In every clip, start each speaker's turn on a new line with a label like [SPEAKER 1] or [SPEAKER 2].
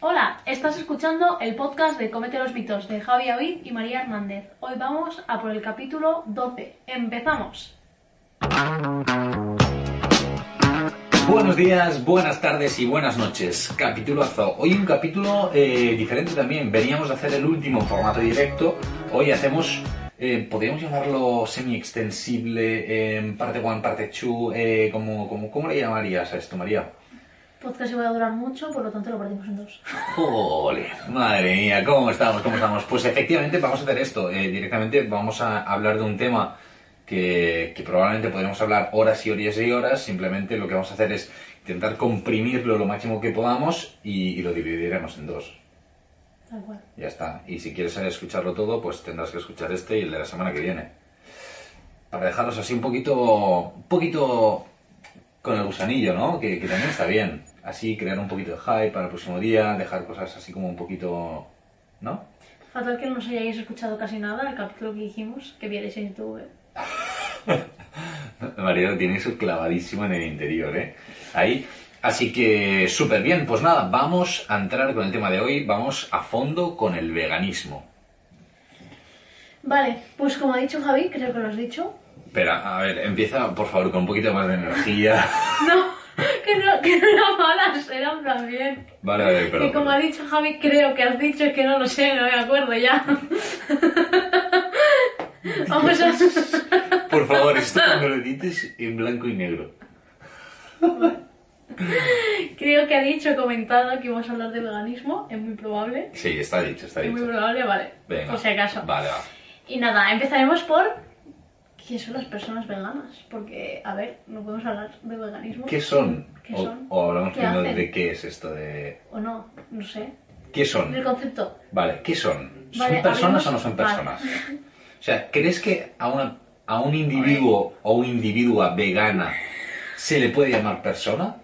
[SPEAKER 1] Hola, estás escuchando el podcast de Comete los mitos de Javi Avid y María Hernández. Hoy vamos a por el capítulo 12. ¡Empezamos!
[SPEAKER 2] Buenos días, buenas tardes y buenas noches. Capitulazo. Hoy un capítulo eh, diferente también. Veníamos a hacer el último en formato directo. Hoy hacemos, eh, podríamos llamarlo semi-extensible, en parte one, parte two. eh, como, como- ¿Cómo le llamarías a esto, María?
[SPEAKER 1] Podcast iba a durar mucho, por lo tanto lo partimos en dos.
[SPEAKER 2] ¡Jole! Madre mía, ¿cómo estamos? ¿Cómo estamos? Pues efectivamente vamos a hacer esto. Eh, directamente vamos a hablar de un tema que, que probablemente podremos hablar horas y horas y horas. Simplemente lo que vamos a hacer es intentar comprimirlo lo máximo que podamos y, y lo dividiremos en dos.
[SPEAKER 1] Tal cual.
[SPEAKER 2] Ya está. Y si quieres escucharlo todo, pues tendrás que escuchar este y el de la semana que viene. Para dejarlos así un poquito, un poquito con el gusanillo, ¿no? Que, que también está bien. Así crear un poquito de hype para el próximo día, dejar cosas así como un poquito, ¿no?
[SPEAKER 1] Fatal que no os hayáis escuchado casi nada el capítulo que dijimos, que vierais en YouTube.
[SPEAKER 2] María lo tiene eso clavadísimo en el interior, ¿eh? Ahí. Así que súper bien. Pues nada, vamos a entrar con el tema de hoy. Vamos a fondo con el veganismo.
[SPEAKER 1] Vale, pues como ha dicho Javi, creo que lo has dicho.
[SPEAKER 2] Espera, a ver, empieza por favor con un poquito más de energía.
[SPEAKER 1] No, que no, que no eran malas, eran también.
[SPEAKER 2] Vale, vale, perdón.
[SPEAKER 1] Que como ha dicho Javi, creo que has dicho, es que no lo sé, no me acuerdo ya. Vamos a...
[SPEAKER 2] Por favor, esto cuando lo edites en blanco y negro.
[SPEAKER 1] Creo que ha dicho, comentado que íbamos a hablar de veganismo, es muy probable.
[SPEAKER 2] Sí, está dicho, está
[SPEAKER 1] Es muy
[SPEAKER 2] dicho.
[SPEAKER 1] probable, vale.
[SPEAKER 2] Venga.
[SPEAKER 1] Por si acaso.
[SPEAKER 2] Vale, va.
[SPEAKER 1] Y nada, empezaremos por qué son las personas veganas. Porque, a ver, no podemos hablar de veganismo.
[SPEAKER 2] ¿Qué son?
[SPEAKER 1] ¿Qué
[SPEAKER 2] O-
[SPEAKER 1] son?
[SPEAKER 2] O, hablamos
[SPEAKER 1] ¿Qué
[SPEAKER 2] primero
[SPEAKER 1] hacen?
[SPEAKER 2] de qué es esto de...
[SPEAKER 1] O no, no sé.
[SPEAKER 2] ¿Qué son?
[SPEAKER 1] El concepto.
[SPEAKER 2] Vale, ¿qué son? ¿Son
[SPEAKER 1] Vale, hablemos-
[SPEAKER 2] personas o no son
[SPEAKER 1] vale.
[SPEAKER 2] personas? O sea, ¿crees que a, una, a un individuo o un individua vegana se le puede llamar persona?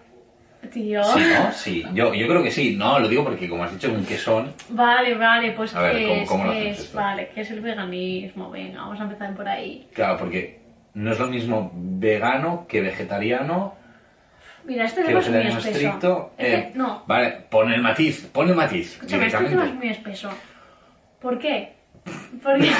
[SPEAKER 1] Tío.
[SPEAKER 2] Sí, ¿no? Sí. Yo, yo creo que sí. No, lo digo porque como has dicho un qué son...
[SPEAKER 1] Vale, vale, pues
[SPEAKER 2] A ver,
[SPEAKER 1] qué
[SPEAKER 2] ¿cómo-
[SPEAKER 1] es,
[SPEAKER 2] cómo lo
[SPEAKER 1] qué
[SPEAKER 2] hacemos
[SPEAKER 1] es?
[SPEAKER 2] esto?
[SPEAKER 1] vale, qué es el veganismo. Venga, vamos a empezar por ahí.
[SPEAKER 2] Claro, porque no es lo mismo vegano que vegetariano
[SPEAKER 1] Mira, este
[SPEAKER 2] que
[SPEAKER 1] tema es muy
[SPEAKER 2] vegetariano
[SPEAKER 1] espeso.
[SPEAKER 2] estricto.
[SPEAKER 1] Es
[SPEAKER 2] eh,
[SPEAKER 1] que- no,
[SPEAKER 2] Vale, pon el matiz, pon el matiz.
[SPEAKER 1] escúchame, este tema es
[SPEAKER 2] directamente.
[SPEAKER 1] muy espeso. ¿Por qué? Porque...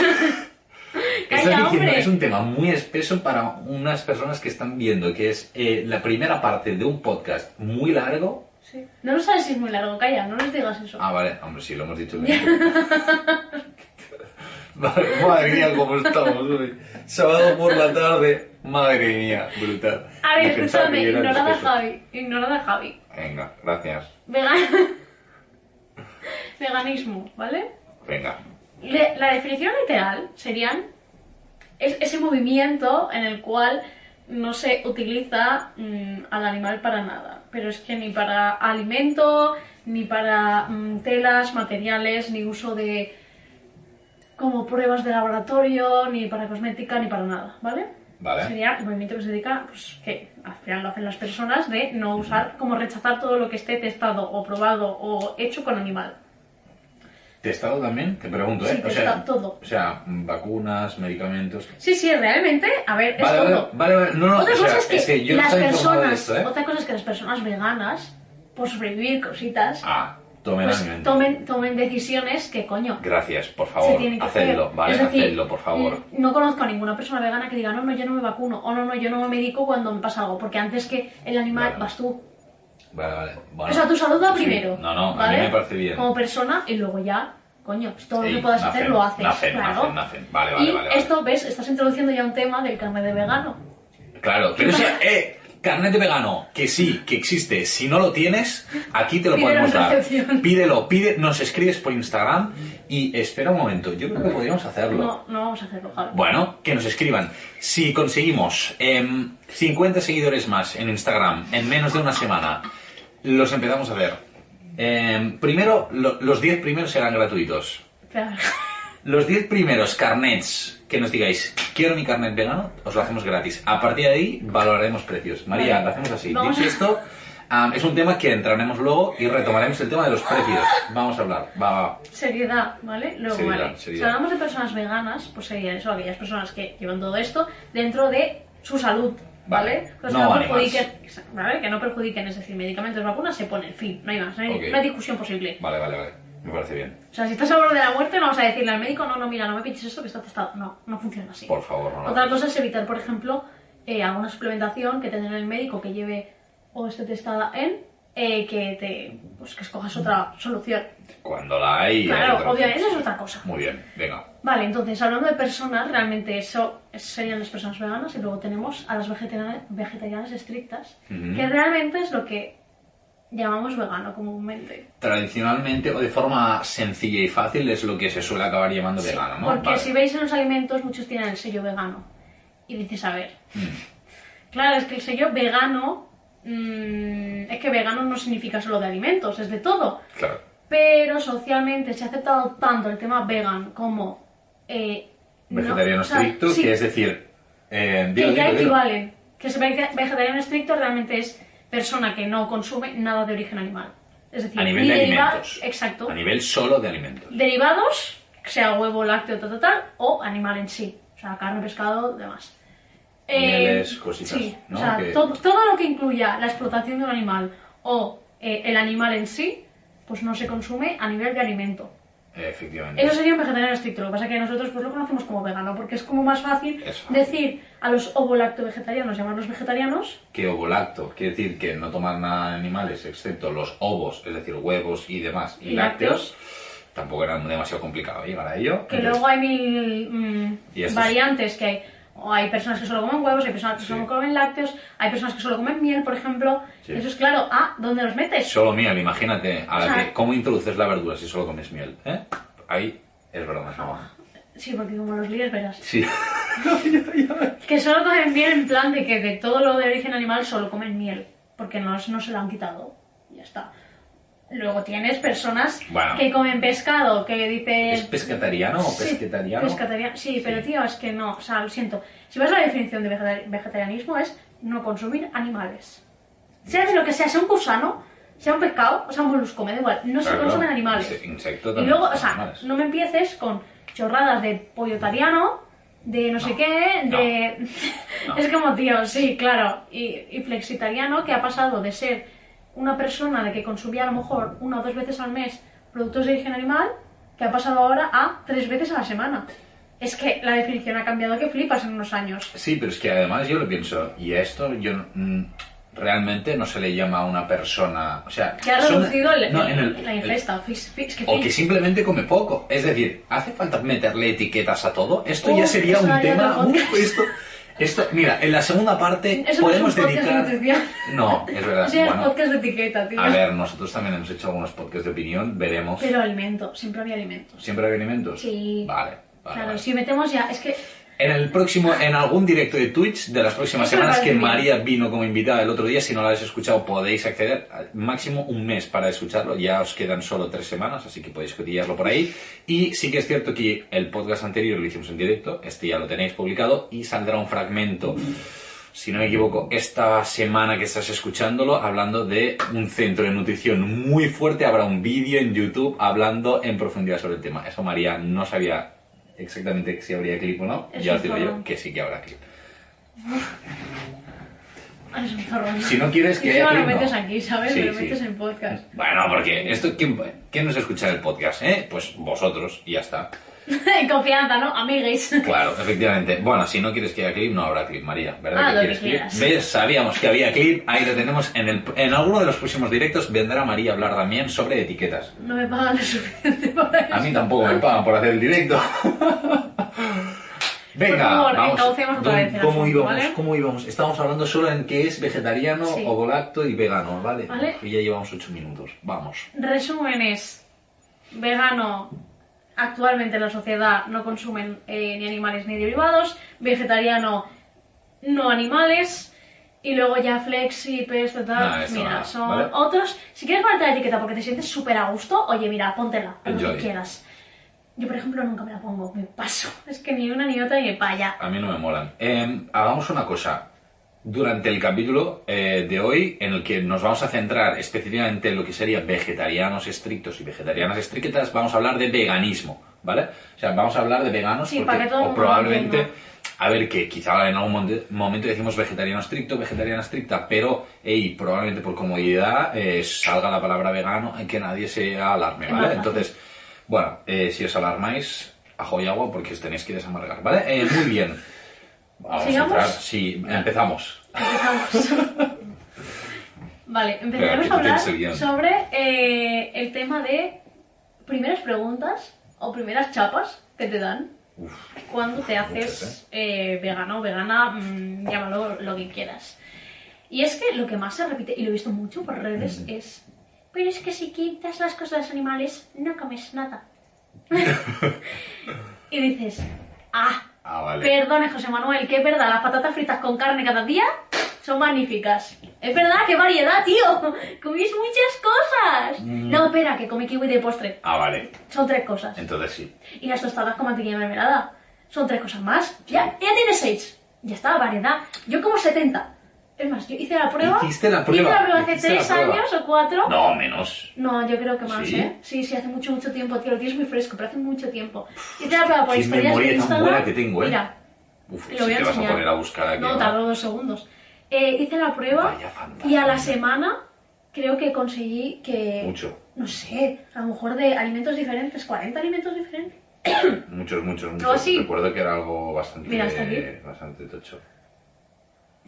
[SPEAKER 2] Estás
[SPEAKER 1] Calla,
[SPEAKER 2] diciendo,
[SPEAKER 1] hombre.
[SPEAKER 2] es un tema muy espeso para unas personas que están viendo, que es eh, la primera parte de un podcast muy largo.
[SPEAKER 1] Sí. No lo sabes si es muy largo, calla, no les digas eso.
[SPEAKER 2] Ah, vale, hombre, sí, lo hemos dicho. Vale, madre mía, cómo estamos hoy. Sábado por la tarde, madre mía, brutal.
[SPEAKER 1] A ver,
[SPEAKER 2] Yo pensaba
[SPEAKER 1] escúchame,
[SPEAKER 2] que yo era
[SPEAKER 1] ignorada a
[SPEAKER 2] espeso.
[SPEAKER 1] Javi, ignorada a Javi.
[SPEAKER 2] Venga, gracias.
[SPEAKER 1] Vegan- Veganismo, ¿vale?
[SPEAKER 2] Venga.
[SPEAKER 1] Le- la definición literal serían es ese movimiento en el cual no se utiliza mm, al animal para nada, pero es que ni para alimento, ni para mm, telas, materiales, ni uso de como pruebas de laboratorio, ni para cosmética, ni para nada, ¿vale?
[SPEAKER 2] Vale.
[SPEAKER 1] Sería el movimiento que se dedica, pues que al final lo hacen las personas, de no usar, como rechazar todo lo que esté testado o probado o hecho con animal.
[SPEAKER 2] ¿Testado también? Te pregunto, ¿eh?
[SPEAKER 1] Sí,
[SPEAKER 2] o sea,
[SPEAKER 1] testado, todo.
[SPEAKER 2] O sea, vacunas, medicamentos.
[SPEAKER 1] Sí, sí, realmente, a ver, es
[SPEAKER 2] Vale,
[SPEAKER 1] todo.
[SPEAKER 2] vale, vale, vale. No, no,
[SPEAKER 1] otra
[SPEAKER 2] o sea,
[SPEAKER 1] cosa es que,
[SPEAKER 2] yo no
[SPEAKER 1] las
[SPEAKER 2] estaba informado de
[SPEAKER 1] personas,
[SPEAKER 2] esto, ¿eh?
[SPEAKER 1] otra cosa es que las personas veganas, por sobrevivir cositas,
[SPEAKER 2] Ah, tomen
[SPEAKER 1] pues
[SPEAKER 2] alimento.
[SPEAKER 1] tomen, tomen decisiones que coño.
[SPEAKER 2] Gracias, por
[SPEAKER 1] Se
[SPEAKER 2] favor,
[SPEAKER 1] tienen que
[SPEAKER 2] hacedlo,
[SPEAKER 1] hacer.
[SPEAKER 2] ¿vale?
[SPEAKER 1] Es decir,
[SPEAKER 2] hacedlo, por favor.
[SPEAKER 1] mm, No conozco a ninguna persona vegana que diga, no, no, yo no me vacuno, o no, no, yo no me medico cuando me pasa algo, porque antes que el animal
[SPEAKER 2] Vale.
[SPEAKER 1] vas tú.
[SPEAKER 2] Vale, vale. Bueno,
[SPEAKER 1] o sea, tu salud va
[SPEAKER 2] sí.
[SPEAKER 1] primero.
[SPEAKER 2] No, no,
[SPEAKER 1] ¿vale?
[SPEAKER 2] a mí me parece bien.
[SPEAKER 1] Como persona, y luego ya, coño, pues todo lo
[SPEAKER 2] Sí,
[SPEAKER 1] que puedas
[SPEAKER 2] nacen,
[SPEAKER 1] hacer lo haces.
[SPEAKER 2] Nacen,
[SPEAKER 1] claro.
[SPEAKER 2] nacen, nacen. Vale, vale,
[SPEAKER 1] y
[SPEAKER 2] vale. vale.
[SPEAKER 1] esto, ves, estás introduciendo ya un tema del carnet de vegano.
[SPEAKER 2] Claro, pero eso, eh, carnet de vegano, que sí, que existe. Si no lo tienes, aquí te lo
[SPEAKER 1] Pídelo
[SPEAKER 2] podemos
[SPEAKER 1] en
[SPEAKER 2] dar.
[SPEAKER 1] recepción.
[SPEAKER 2] Pídelo, pide, nos escribes por Instagram y espera un momento, yo creo que podríamos hacerlo.
[SPEAKER 1] No, no vamos a hacerlo, Javi.
[SPEAKER 2] Bueno, que nos escriban. Si conseguimos em, 50 seguidores más en Instagram en menos de una semana, los empezamos a ver. Em, primero, lo- los 10 primeros serán gratuitos.
[SPEAKER 1] Espera.
[SPEAKER 2] Los 10 primeros carnets que nos digáis, quiero mi carnet vegano, os lo hacemos gratis. A partir de ahí valoraremos precios. María,
[SPEAKER 1] Vale.
[SPEAKER 2] lo hacemos así.
[SPEAKER 1] Vamos
[SPEAKER 2] Dicho
[SPEAKER 1] a-
[SPEAKER 2] esto, am, es un tema que entraremos luego y retomaremos el tema de los precios. Vamos a hablar. Va, va, va.
[SPEAKER 1] Seriedad, ¿vale? Luego,
[SPEAKER 2] Seriedad,
[SPEAKER 1] vale.
[SPEAKER 2] seriedad.
[SPEAKER 1] Si hablamos de personas veganas, pues serían eso, aquellas personas que llevan todo esto dentro de su salud. ¿Vale? Cosas
[SPEAKER 2] No
[SPEAKER 1] que, no
[SPEAKER 2] animales.
[SPEAKER 1] perjudiquen, ¿vale? que no perjudiquen, es decir, medicamentos, vacunas, se ponen, fin, no hay más, no hay,
[SPEAKER 2] Ok.
[SPEAKER 1] no hay discusión posible.
[SPEAKER 2] Vale, vale, vale. Me parece bien.
[SPEAKER 1] O sea, si estás hablando de la muerte, no vas a decirle al médico, no, no, mira, no me pinches esto que está testado. No, no funciona así.
[SPEAKER 2] Por favor, no lo
[SPEAKER 1] Otra
[SPEAKER 2] hagas.
[SPEAKER 1] cosa es evitar, por ejemplo, eh, alguna suplementación que te den el médico que lleve o esté testada en, eh, que te, pues que escojas otra solución.
[SPEAKER 2] Cuando la hay. hay otra
[SPEAKER 1] claro, obviamente
[SPEAKER 2] opción.
[SPEAKER 1] eso es otra cosa.
[SPEAKER 2] Muy bien, venga.
[SPEAKER 1] Vale, entonces, hablando de personas, realmente eso serían las personas veganas y luego tenemos a las vegetarianas, vegetarianas estrictas,
[SPEAKER 2] Ujú.
[SPEAKER 1] que realmente es lo que llamamos vegano comúnmente.
[SPEAKER 2] Tradicionalmente o de forma sencilla y fácil es lo que se suele acabar llamando vegano, ¿no?
[SPEAKER 1] Porque
[SPEAKER 2] Vale.
[SPEAKER 1] si veis en los alimentos, muchos tienen el sello vegano. Y dices, a ver.
[SPEAKER 2] Mm.
[SPEAKER 1] Claro, es que el sello vegano. mm, es que vegano no significa solo de alimentos, es de todo.
[SPEAKER 2] Claro.
[SPEAKER 1] Pero socialmente se ha aceptado tanto el tema vegan como. eh, no,
[SPEAKER 2] Vegetariano
[SPEAKER 1] o sea,
[SPEAKER 2] estricto,
[SPEAKER 1] sí,
[SPEAKER 2] que es decir. Eh,
[SPEAKER 1] que
[SPEAKER 2] dilo,
[SPEAKER 1] ya
[SPEAKER 2] dilo, dilo.
[SPEAKER 1] equivalen. Que se ve- vegetariano estricto realmente es persona que no consume nada de origen animal. Es decir,
[SPEAKER 2] A nivel
[SPEAKER 1] ni
[SPEAKER 2] de
[SPEAKER 1] deriva-
[SPEAKER 2] alimentos.
[SPEAKER 1] Exacto.
[SPEAKER 2] A nivel solo de alimentos.
[SPEAKER 1] derivados, sea huevo, lácteo, tal, tal, tal, o animal en sí. O sea, carne, pescado, demás. Eh,
[SPEAKER 2] Mieles, cositas,
[SPEAKER 1] Sí,
[SPEAKER 2] ¿no?
[SPEAKER 1] o sea,
[SPEAKER 2] Que-
[SPEAKER 1] to- todo lo que incluya la explotación de un animal o eh, el animal en sí, pues no se consume a nivel de alimento.
[SPEAKER 2] Eh, Efectivamente.
[SPEAKER 1] Eso sería un vegetariano estricto. Lo que pasa es que nosotros pues, lo conocemos como vegano, porque es como más fácil
[SPEAKER 2] Es fácil.
[SPEAKER 1] decir a los ovo-lacto-vegetarianos, llamarlos vegetarianos,
[SPEAKER 2] que ovolacto, quiere decir que no toman nada de animales excepto los ovos, es decir, huevos y demás, y,
[SPEAKER 1] Y
[SPEAKER 2] lácteos, tampoco era demasiado complicado llegar a ello.
[SPEAKER 1] Que
[SPEAKER 2] Entonces,
[SPEAKER 1] luego hay mil mm,
[SPEAKER 2] Y esto es-
[SPEAKER 1] variantes que hay. o hay personas que solo comen huevos, hay personas que
[SPEAKER 2] Sí.
[SPEAKER 1] solo comen lácteos, hay personas que solo comen miel, por ejemplo.
[SPEAKER 2] Sí.
[SPEAKER 1] Eso es claro. Ah, ¿dónde los metes?
[SPEAKER 2] Solo miel, imagínate, a la
[SPEAKER 1] O sea-
[SPEAKER 2] que- ¿cómo introduces la verdura si solo comes miel? ¿Eh? Ahí es broma, no.
[SPEAKER 1] Sí, porque como los líderes verás.
[SPEAKER 2] Sí.
[SPEAKER 1] Que solo comen miel en plan de que de todo lo de origen animal solo comen miel. Porque no, es- no se lo han quitado. y Ya está. Luego tienes personas
[SPEAKER 2] Bueno.
[SPEAKER 1] que comen pescado, que dices...
[SPEAKER 2] ¿Es pescatariano o pesquetariano?
[SPEAKER 1] Sí, pescataria- sí, pero
[SPEAKER 2] Sí.
[SPEAKER 1] tío, es que no, o sea, lo siento. Si vas a la definición de vegetar- vegetarianismo es no consumir animales. Sea de lo que sea, sea un gusano, sea un pescado, o sea un molusco, me da igual, no se
[SPEAKER 2] Claro,
[SPEAKER 1] consumen
[SPEAKER 2] claro.
[SPEAKER 1] animales.
[SPEAKER 2] Inse- insecto
[SPEAKER 1] y
[SPEAKER 2] también
[SPEAKER 1] luego,
[SPEAKER 2] son
[SPEAKER 1] o sea,
[SPEAKER 2] animales.
[SPEAKER 1] no me empieces con chorradas de pollo tariano, de no, sé qué, de...
[SPEAKER 2] No.
[SPEAKER 1] es como, tío, sí, claro. Y, y flexitariano, que ha pasado de ser una persona de que consumía a lo mejor una o dos veces al mes productos de origen animal, que ha pasado ahora a tres veces a la semana. Es que la definición ha cambiado que flipas en unos años.
[SPEAKER 2] Sí, pero es que además yo lo pienso, y a esto yo mm, realmente no se le llama a una persona, o sea...
[SPEAKER 1] Que ha
[SPEAKER 2] son-
[SPEAKER 1] reducido el-
[SPEAKER 2] no, en el-
[SPEAKER 1] la
[SPEAKER 2] el-
[SPEAKER 1] ingesta. Fis- fis- es que
[SPEAKER 2] O
[SPEAKER 1] fis-
[SPEAKER 2] que simplemente come poco. Es decir, ¿hace falta meterle etiquetas a todo? Esto
[SPEAKER 1] Uf,
[SPEAKER 2] ya sería
[SPEAKER 1] eso
[SPEAKER 2] un
[SPEAKER 1] daría
[SPEAKER 2] tema.
[SPEAKER 1] otro podcast.
[SPEAKER 2] uf, esto, esto, mira, en la segunda parte
[SPEAKER 1] Eso no es un
[SPEAKER 2] podemos
[SPEAKER 1] podcast de
[SPEAKER 2] dedicar.
[SPEAKER 1] nutrición.
[SPEAKER 2] no, es verdad.
[SPEAKER 1] Ese es
[SPEAKER 2] bueno,
[SPEAKER 1] podcast de etiqueta, tío.
[SPEAKER 2] a ver, nosotros también hemos hecho algunos podcasts de opinión, veremos.
[SPEAKER 1] Pero alimento, siempre había alimentos.
[SPEAKER 2] ¿Siempre hay alimentos?
[SPEAKER 1] Sí.
[SPEAKER 2] Vale. vale,
[SPEAKER 1] claro,
[SPEAKER 2] vale.
[SPEAKER 1] si metemos ya, es que
[SPEAKER 2] En el próximo, en algún directo de Twitch de las próximas
[SPEAKER 1] Eso me
[SPEAKER 2] semanas que
[SPEAKER 1] parece bien.
[SPEAKER 2] María vino como invitada el otro día, si no la habéis escuchado podéis acceder a- máximo un mes para escucharlo, ya os quedan solo tres semanas, así que podéis cotillarlo por ahí. Y sí que es cierto que el podcast anterior lo hicimos en directo, este ya lo tenéis publicado y saldrá un fragmento, si no me equivoco, esta semana que estás escuchándolo, hablando de un centro de nutrición muy fuerte, habrá un vídeo en YouTube hablando en profundidad sobre el tema. Eso María no sabía exactamente si habría clip o no,
[SPEAKER 1] Es
[SPEAKER 2] ya
[SPEAKER 1] un
[SPEAKER 2] os digo
[SPEAKER 1] zorro.
[SPEAKER 2] yo que sí que habrá clip.
[SPEAKER 1] eres un zorro.
[SPEAKER 2] Si no quieres que haya
[SPEAKER 1] Encima lo
[SPEAKER 2] clip, no.
[SPEAKER 1] metes aquí, ¿sabes?
[SPEAKER 2] Sí,
[SPEAKER 1] lo
[SPEAKER 2] sí.
[SPEAKER 1] metes en podcast.
[SPEAKER 2] Bueno, porque esto, ¿quién, quién nos escucha en el podcast? eh? Pues vosotros, y ya está.
[SPEAKER 1] Confianza, ¿no? Amigues.
[SPEAKER 2] Claro, efectivamente. Bueno, si no quieres que haya clip, no habrá clip, María. ¿Verdad
[SPEAKER 1] Ah,
[SPEAKER 2] que
[SPEAKER 1] lo
[SPEAKER 2] quieres
[SPEAKER 1] que
[SPEAKER 2] clip?
[SPEAKER 1] quieras.
[SPEAKER 2] ¿Ves? Sabíamos que había clip, ahí lo tenemos. En, el, en alguno de los próximos directos vendrá María a hablar también sobre etiquetas.
[SPEAKER 1] No me pagan lo suficiente para eso.
[SPEAKER 2] A mí tampoco me pagan por hacer el directo. Venga,
[SPEAKER 1] Por favor,
[SPEAKER 2] vamos.
[SPEAKER 1] encaucemos otra vez el
[SPEAKER 2] ¿Cómo
[SPEAKER 1] asunto,
[SPEAKER 2] íbamos?
[SPEAKER 1] ¿vale?
[SPEAKER 2] ¿Cómo íbamos? Estábamos hablando solo en que es vegetariano,
[SPEAKER 1] Sí.
[SPEAKER 2] ovolacto y vegano, ¿vale?
[SPEAKER 1] Vale.
[SPEAKER 2] Uf, ya llevamos ocho minutos. Vamos.
[SPEAKER 1] Resumen es, vegano, actualmente en la sociedad no consumen eh, ni animales ni derivados, vegetariano, no animales, y luego ya flexi, pes, tal, tal,
[SPEAKER 2] No, esto
[SPEAKER 1] mira,
[SPEAKER 2] no,
[SPEAKER 1] son
[SPEAKER 2] ¿vale?
[SPEAKER 1] otros. Si quieres ponerte la etiqueta porque te sientes súper a gusto, oye, mira, póntela, haz lo
[SPEAKER 2] Enjoy.
[SPEAKER 1] que quieras. Yo, por ejemplo, nunca me la pongo, me paso. Es que ni una ni otra ni paya.
[SPEAKER 2] A mí no me molan. Eh, hagamos una cosa. Durante el capítulo eh, de hoy, en el que nos vamos a centrar específicamente en lo que serían vegetarianos estrictos y vegetarianas estrictas, vamos a hablar de veganismo, ¿vale? O sea, vamos a hablar de veganos
[SPEAKER 1] Sí,
[SPEAKER 2] porque
[SPEAKER 1] para que todo el
[SPEAKER 2] o
[SPEAKER 1] mundo lo
[SPEAKER 2] probablemente
[SPEAKER 1] entienda.
[SPEAKER 2] a ver, que quizá en algún mon- momento decimos vegetariano estricto, vegetariana estricta, pero, hey, probablemente por comodidad eh, salga la palabra vegano y que nadie se alarme, ¿vale?
[SPEAKER 1] Ajá.
[SPEAKER 2] Entonces, bueno, eh, si os alarmáis, ajo y agua porque os tenéis que desamargar, ¿vale? Eh, muy bien. Vamos
[SPEAKER 1] ¿Sigamos?
[SPEAKER 2] a entrar. Sí, empezamos.
[SPEAKER 1] Empezamos. vale, empezaremos
[SPEAKER 2] Espera, que tú
[SPEAKER 1] a hablar
[SPEAKER 2] tienes el guión.
[SPEAKER 1] sobre eh, el tema de primeras preguntas o primeras chapas que te dan cuando te haces eh, vegano o vegana, mm, llámalo lo que quieras. Y es que lo que más se repite, y lo he visto mucho por redes, es, pero es que si quitas las cosas de los animales, no comes nada. y dices, ah,
[SPEAKER 2] Ah, vale.
[SPEAKER 1] Perdone, José Manuel, que es verdad, las patatas fritas con carne cada día son magníficas. Es verdad, qué variedad, tío. Comís muchas cosas.
[SPEAKER 2] Mm.
[SPEAKER 1] No, espera, que comí kiwi de postre.
[SPEAKER 2] Ah, vale.
[SPEAKER 1] Son tres cosas.
[SPEAKER 2] Entonces sí.
[SPEAKER 1] Y las tostadas con mantequilla y mermelada. Son tres cosas más. Ya, ya tienes seis. Ya está, variedad. Yo como 70. Es más, yo hice la prueba.
[SPEAKER 2] Hiciste la prueba,
[SPEAKER 1] Hice la prueba hace
[SPEAKER 2] hiciste la
[SPEAKER 1] tres
[SPEAKER 2] prueba.
[SPEAKER 1] años o cuatro.
[SPEAKER 2] No, menos.
[SPEAKER 1] No, yo creo que más,
[SPEAKER 2] ¿Sí?
[SPEAKER 1] ¿eh? Sí, sí, hace mucho, mucho tiempo, tío. Lo tienes muy fresco, pero hace mucho tiempo. Hice la prueba por
[SPEAKER 2] Qué
[SPEAKER 1] historias
[SPEAKER 2] memoria
[SPEAKER 1] de
[SPEAKER 2] tan
[SPEAKER 1] Instagram.
[SPEAKER 2] buena que tengo, ¿eh?
[SPEAKER 1] Mira,
[SPEAKER 2] Uf,
[SPEAKER 1] lo
[SPEAKER 2] si
[SPEAKER 1] voy a
[SPEAKER 2] te vas a
[SPEAKER 1] enseñar.
[SPEAKER 2] poner a buscar aquí.
[SPEAKER 1] No,
[SPEAKER 2] ahora.
[SPEAKER 1] tardó dos segundos. Eh, hice la prueba
[SPEAKER 2] Vaya fantasma.
[SPEAKER 1] y a la semana creo que conseguí que...
[SPEAKER 2] Mucho.
[SPEAKER 1] No sé, a lo mejor de alimentos diferentes, 40 alimentos diferentes.
[SPEAKER 2] Muchos, muchos, muchos.
[SPEAKER 1] No, Oh, sí.
[SPEAKER 2] Recuerdo que era algo bastante,
[SPEAKER 1] Mira, hasta aquí.
[SPEAKER 2] bastante tocho.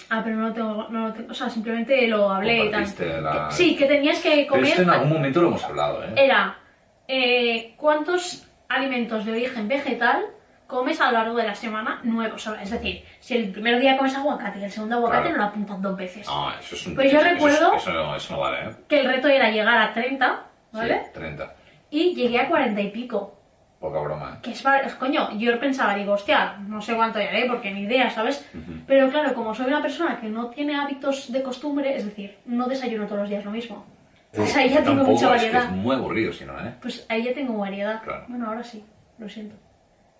[SPEAKER 1] Ah, pero no lo tengo, no lo tengo- O sea, simplemente lo hablé y tal.
[SPEAKER 2] Compartiste la-
[SPEAKER 1] Que- Sí, que tenías que
[SPEAKER 2] Pero
[SPEAKER 1] comer...
[SPEAKER 2] esto en algún momento lo hemos hablado, ¿eh?
[SPEAKER 1] Era eh, cuántos alimentos de origen vegetal comes a lo largo de la semana nuevos. Es decir, si el primer día comes aguacate y el segundo aguacate,
[SPEAKER 2] Claro. Ah.
[SPEAKER 1] no lo apuntas dos veces.
[SPEAKER 2] No, eso es un...
[SPEAKER 1] Pues yo
[SPEAKER 2] eso-
[SPEAKER 1] recuerdo-
[SPEAKER 2] Eso, no, eso no vale, ¿eh?
[SPEAKER 1] Que el reto era llegar a 30, ¿vale?
[SPEAKER 2] Sí, 30.
[SPEAKER 1] Y llegué a 40 y pico.
[SPEAKER 2] Poca broma, ¿eh?
[SPEAKER 1] Que es, va- es- coño, yo pensaba, digo, hostia, no sé cuánto haré porque ni idea, ¿sabes? Pero claro, como soy una persona que no tiene hábitos de costumbre, es decir, no desayuno todos los días lo mismo. Pues ahí ya tengo
[SPEAKER 2] Tampoco,
[SPEAKER 1] mucha
[SPEAKER 2] Es, que es
[SPEAKER 1] variedad.
[SPEAKER 2] muy aburrido, si no, ¿eh?
[SPEAKER 1] Pues ahí ya tengo variedad.
[SPEAKER 2] Claro.
[SPEAKER 1] Bueno, ahora sí, lo siento.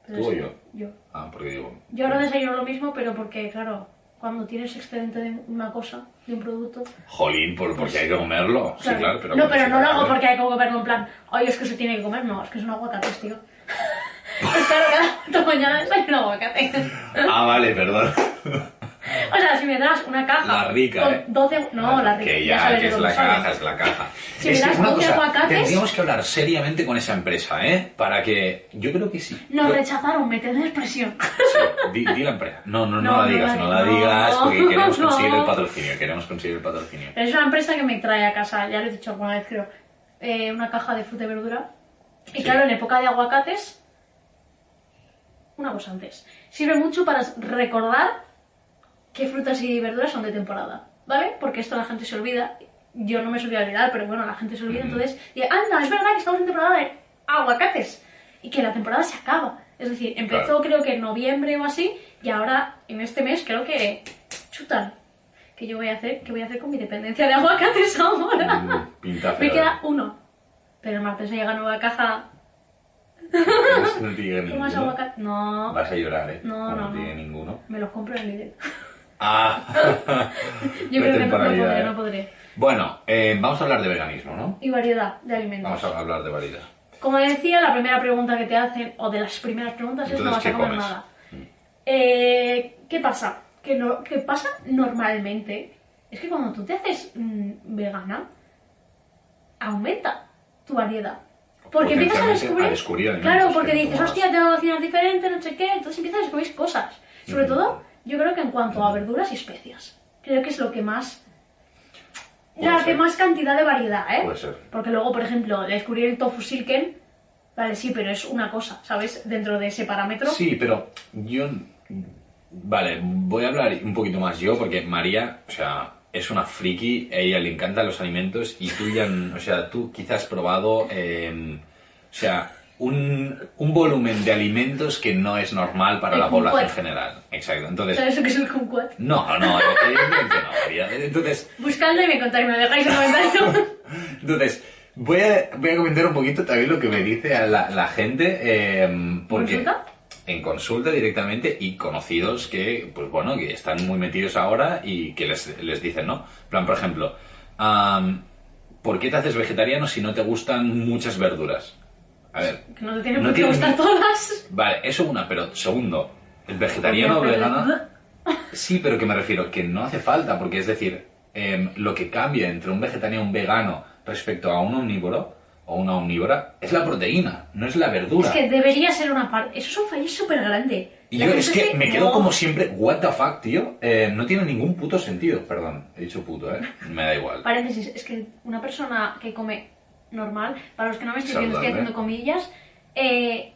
[SPEAKER 1] Pero
[SPEAKER 2] ¿Tú o
[SPEAKER 1] sí,
[SPEAKER 2] yo?
[SPEAKER 1] Yo.
[SPEAKER 2] Ah, porque digo...
[SPEAKER 1] Yo ahora desayuno lo mismo, pero porque, claro, cuando tienes excedente de una cosa, de un producto.
[SPEAKER 2] Jolín, por, porque hay que comerlo. Sí, claro, pero...
[SPEAKER 1] Pues no,
[SPEAKER 2] porque
[SPEAKER 1] pero
[SPEAKER 2] sí,
[SPEAKER 1] no lo hago
[SPEAKER 2] claro.
[SPEAKER 1] porque hay que comerlo en plan, ay, es que se tiene que comer, no, es que es un aguacate, tío. es claro, cada mañana desayuno aguacate.
[SPEAKER 2] Ah, vale, perdón.
[SPEAKER 1] o sea, si me das una caja.
[SPEAKER 2] La rica,
[SPEAKER 1] con
[SPEAKER 2] ¿eh?
[SPEAKER 1] 12. No, la rica.
[SPEAKER 2] Que ya,
[SPEAKER 1] sabes
[SPEAKER 2] que
[SPEAKER 1] de
[SPEAKER 2] es
[SPEAKER 1] dónde
[SPEAKER 2] la
[SPEAKER 1] sale.
[SPEAKER 2] caja, es la caja.
[SPEAKER 1] Si
[SPEAKER 2] es
[SPEAKER 1] me
[SPEAKER 2] que
[SPEAKER 1] das
[SPEAKER 2] una
[SPEAKER 1] 12
[SPEAKER 2] cosa,
[SPEAKER 1] aguacates-
[SPEAKER 2] tendríamos que hablar seriamente con esa empresa, ¿eh? Para que... Yo creo que sí.
[SPEAKER 1] Nos
[SPEAKER 2] Yo-
[SPEAKER 1] rechazaron, me tenés presión.
[SPEAKER 2] Di, di la empresa. No, no, no,
[SPEAKER 1] No,
[SPEAKER 2] la
[SPEAKER 1] no
[SPEAKER 2] digas,
[SPEAKER 1] la-
[SPEAKER 2] no la digas,
[SPEAKER 1] no.
[SPEAKER 2] porque queremos conseguir
[SPEAKER 1] No.
[SPEAKER 2] el patrocinio, queremos conseguir el patrocinio.
[SPEAKER 1] Pero es una empresa que me trae a casa, ya lo he dicho alguna vez, creo, eh, una caja de fruta y verdura. Y
[SPEAKER 2] Sí.
[SPEAKER 1] claro, en época de aguacates, una cosa antes. Sirve mucho para recordar qué frutas y verduras son de temporada, ¿vale? Porque esto la gente se olvida. Yo no me solía olvidar, pero bueno, la gente se olvida.
[SPEAKER 2] Ujú.
[SPEAKER 1] Entonces, dice, anda, es verdad que estamos en temporada de aguacates. Y que la temporada se acaba. Es decir, empezó
[SPEAKER 2] Claro.
[SPEAKER 1] creo que en noviembre o así, y ahora en este mes creo que chutan. Que yo voy a hacer, que voy a hacer con mi dependencia de aguacates ahora.
[SPEAKER 2] Mm, pinta
[SPEAKER 1] Me
[SPEAKER 2] feo.
[SPEAKER 1] queda uno. Pero el martes llega nueva caja.
[SPEAKER 2] No tiene
[SPEAKER 1] ¿Qué más
[SPEAKER 2] ninguno.
[SPEAKER 1] aguacate? No.
[SPEAKER 2] Vas a llorar, ¿eh?
[SPEAKER 1] No, no, no.
[SPEAKER 2] tiene ninguno.
[SPEAKER 1] Me los compro en Lidl.
[SPEAKER 2] Ah.
[SPEAKER 1] Yo creo que
[SPEAKER 2] La
[SPEAKER 1] no, no
[SPEAKER 2] temporalidad,
[SPEAKER 1] podré,
[SPEAKER 2] ¿eh?
[SPEAKER 1] no podré.
[SPEAKER 2] Bueno, eh, vamos a hablar de veganismo, ¿no?
[SPEAKER 1] Y variedad de alimentos.
[SPEAKER 2] Vamos a hablar de variedad.
[SPEAKER 1] Como decía, la primera pregunta que te hacen, o de las primeras preguntas, es
[SPEAKER 2] Entonces,
[SPEAKER 1] no vas
[SPEAKER 2] ¿qué
[SPEAKER 1] a comer
[SPEAKER 2] comes? Mm.
[SPEAKER 1] nada. Eh, ¿Qué pasa? Que lo que pasa normalmente es que cuando tú te haces mm, vegana, aumenta tu variedad. Porque empiezas a
[SPEAKER 2] Potencialmente
[SPEAKER 1] descubrir.
[SPEAKER 2] a descubrir alimentos
[SPEAKER 1] claro,
[SPEAKER 2] pues que
[SPEAKER 1] porque
[SPEAKER 2] no
[SPEAKER 1] dices,
[SPEAKER 2] tomabas.
[SPEAKER 1] hostia, tengo que cocinar diferente, no sé qué. Entonces empiezas a descubrir cosas. Sobre
[SPEAKER 2] Ujú.
[SPEAKER 1] todo, yo creo que en cuanto a verduras y especias. Creo que es lo que más.
[SPEAKER 2] Puede
[SPEAKER 1] la
[SPEAKER 2] ser.
[SPEAKER 1] que más cantidad de variedad, ¿eh?
[SPEAKER 2] Puede ser.
[SPEAKER 1] Porque luego, por ejemplo, descubrir el tofu silken, vale, sí, pero es una cosa, ¿sabes? Dentro de ese parámetro.
[SPEAKER 2] Sí, pero yo... Vale, voy a hablar un poquito más yo porque María, o sea, es una friki, a ella le encantan los alimentos y tú ya, o sea, tú quizás has probado, eh, o sea, un, un volumen de alimentos que no es normal para
[SPEAKER 1] El
[SPEAKER 2] la población
[SPEAKER 1] kumquat.
[SPEAKER 2] general. Exacto, entonces...
[SPEAKER 1] ¿Sabes lo que es el kumquat?
[SPEAKER 2] No, no, evidentemente no, María. Entonces,
[SPEAKER 1] Buscadlo y me contáis, me dejáis un comentario.
[SPEAKER 2] Entonces, voy a, voy a comentar un poquito también lo que me dice a la, la gente. eh, porque
[SPEAKER 1] ¿Consulta?
[SPEAKER 2] En consulta directamente y conocidos que, pues bueno, que están muy metidos ahora y que les, les dicen, ¿no? En plan, por ejemplo, am, ¿por qué te haces vegetariano si no te gustan muchas verduras? A ver,
[SPEAKER 1] que no te tienen
[SPEAKER 2] No
[SPEAKER 1] por qué
[SPEAKER 2] tiene-
[SPEAKER 1] gustar todas.
[SPEAKER 2] vale, eso una, pero segundo, El vegetariano o
[SPEAKER 1] Porque-
[SPEAKER 2] vegana. Sí, pero que me refiero, que no hace falta, porque es decir, em, lo que cambia entre un vegetariano y un vegano respecto a un omnívoro o una omnívora es la proteína, no es la verdura.
[SPEAKER 1] Es que debería ser una parte. Eso es un fallo súper grande.
[SPEAKER 2] Y yo es que me quedo como siempre, what the fuck, tío. Eh, no tiene ningún puto sentido. Perdón, he dicho puto, ¿eh? Me da igual.
[SPEAKER 1] Paréntesis, es que una persona que come normal, para los que no me estoy viendo, estoy
[SPEAKER 2] Saludable.
[SPEAKER 1] haciendo comillas, eh,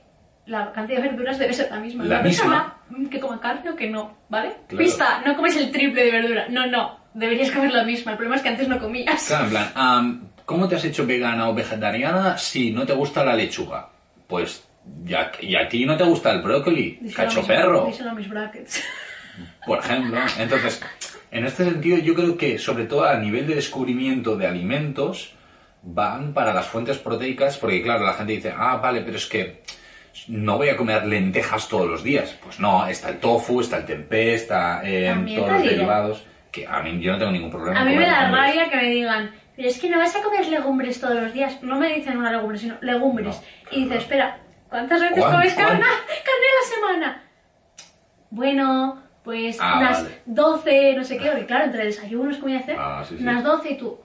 [SPEAKER 1] la cantidad de verduras debe ser la misma.
[SPEAKER 2] La
[SPEAKER 1] Una
[SPEAKER 2] misma.
[SPEAKER 1] persona que coma carne o que no, ¿vale?
[SPEAKER 2] Claro.
[SPEAKER 1] Pista, no comes el triple de verdura. No, no, deberías comer la misma. El problema es que antes no comías.
[SPEAKER 2] Claro, en plan, am, ¿cómo te has hecho vegana o vegetariana si no te gusta la lechuga? Pues, ya, y a ti no te gusta el brócoli,
[SPEAKER 1] Díselo a mis-
[SPEAKER 2] cachoperro,
[SPEAKER 1] díselo a mis brackets.
[SPEAKER 2] por ejemplo. Entonces, en este sentido, yo creo que, sobre todo a nivel de descubrimiento de alimentos, van para las fuentes proteicas, porque claro, la gente dice, ah, vale, pero es que no voy a comer lentejas todos los días. Pues no, está el tofu, está el tempeh, está eh,
[SPEAKER 1] También
[SPEAKER 2] todos
[SPEAKER 1] te
[SPEAKER 2] los
[SPEAKER 1] diré.
[SPEAKER 2] derivados, que a mí yo no tengo ningún problema.
[SPEAKER 1] A
[SPEAKER 2] en
[SPEAKER 1] mí me
[SPEAKER 2] comer
[SPEAKER 1] da
[SPEAKER 2] legumbres.
[SPEAKER 1] rabia que me digan, pero es que no vas a comer legumbres todos los días. No me dicen una legumbre, sino legumbres.
[SPEAKER 2] No,
[SPEAKER 1] y dices,
[SPEAKER 2] claro.
[SPEAKER 1] espera, ¿cuántas veces
[SPEAKER 2] ¿Cuán-
[SPEAKER 1] comes
[SPEAKER 2] cuán-
[SPEAKER 1] carne, carne a la semana? Bueno, pues
[SPEAKER 2] Ah,
[SPEAKER 1] unas
[SPEAKER 2] vale.
[SPEAKER 1] 12, no sé qué, porque claro, entre desayunos, comida, hacer,
[SPEAKER 2] Ah, sí, sí.
[SPEAKER 1] unas 12 y tú.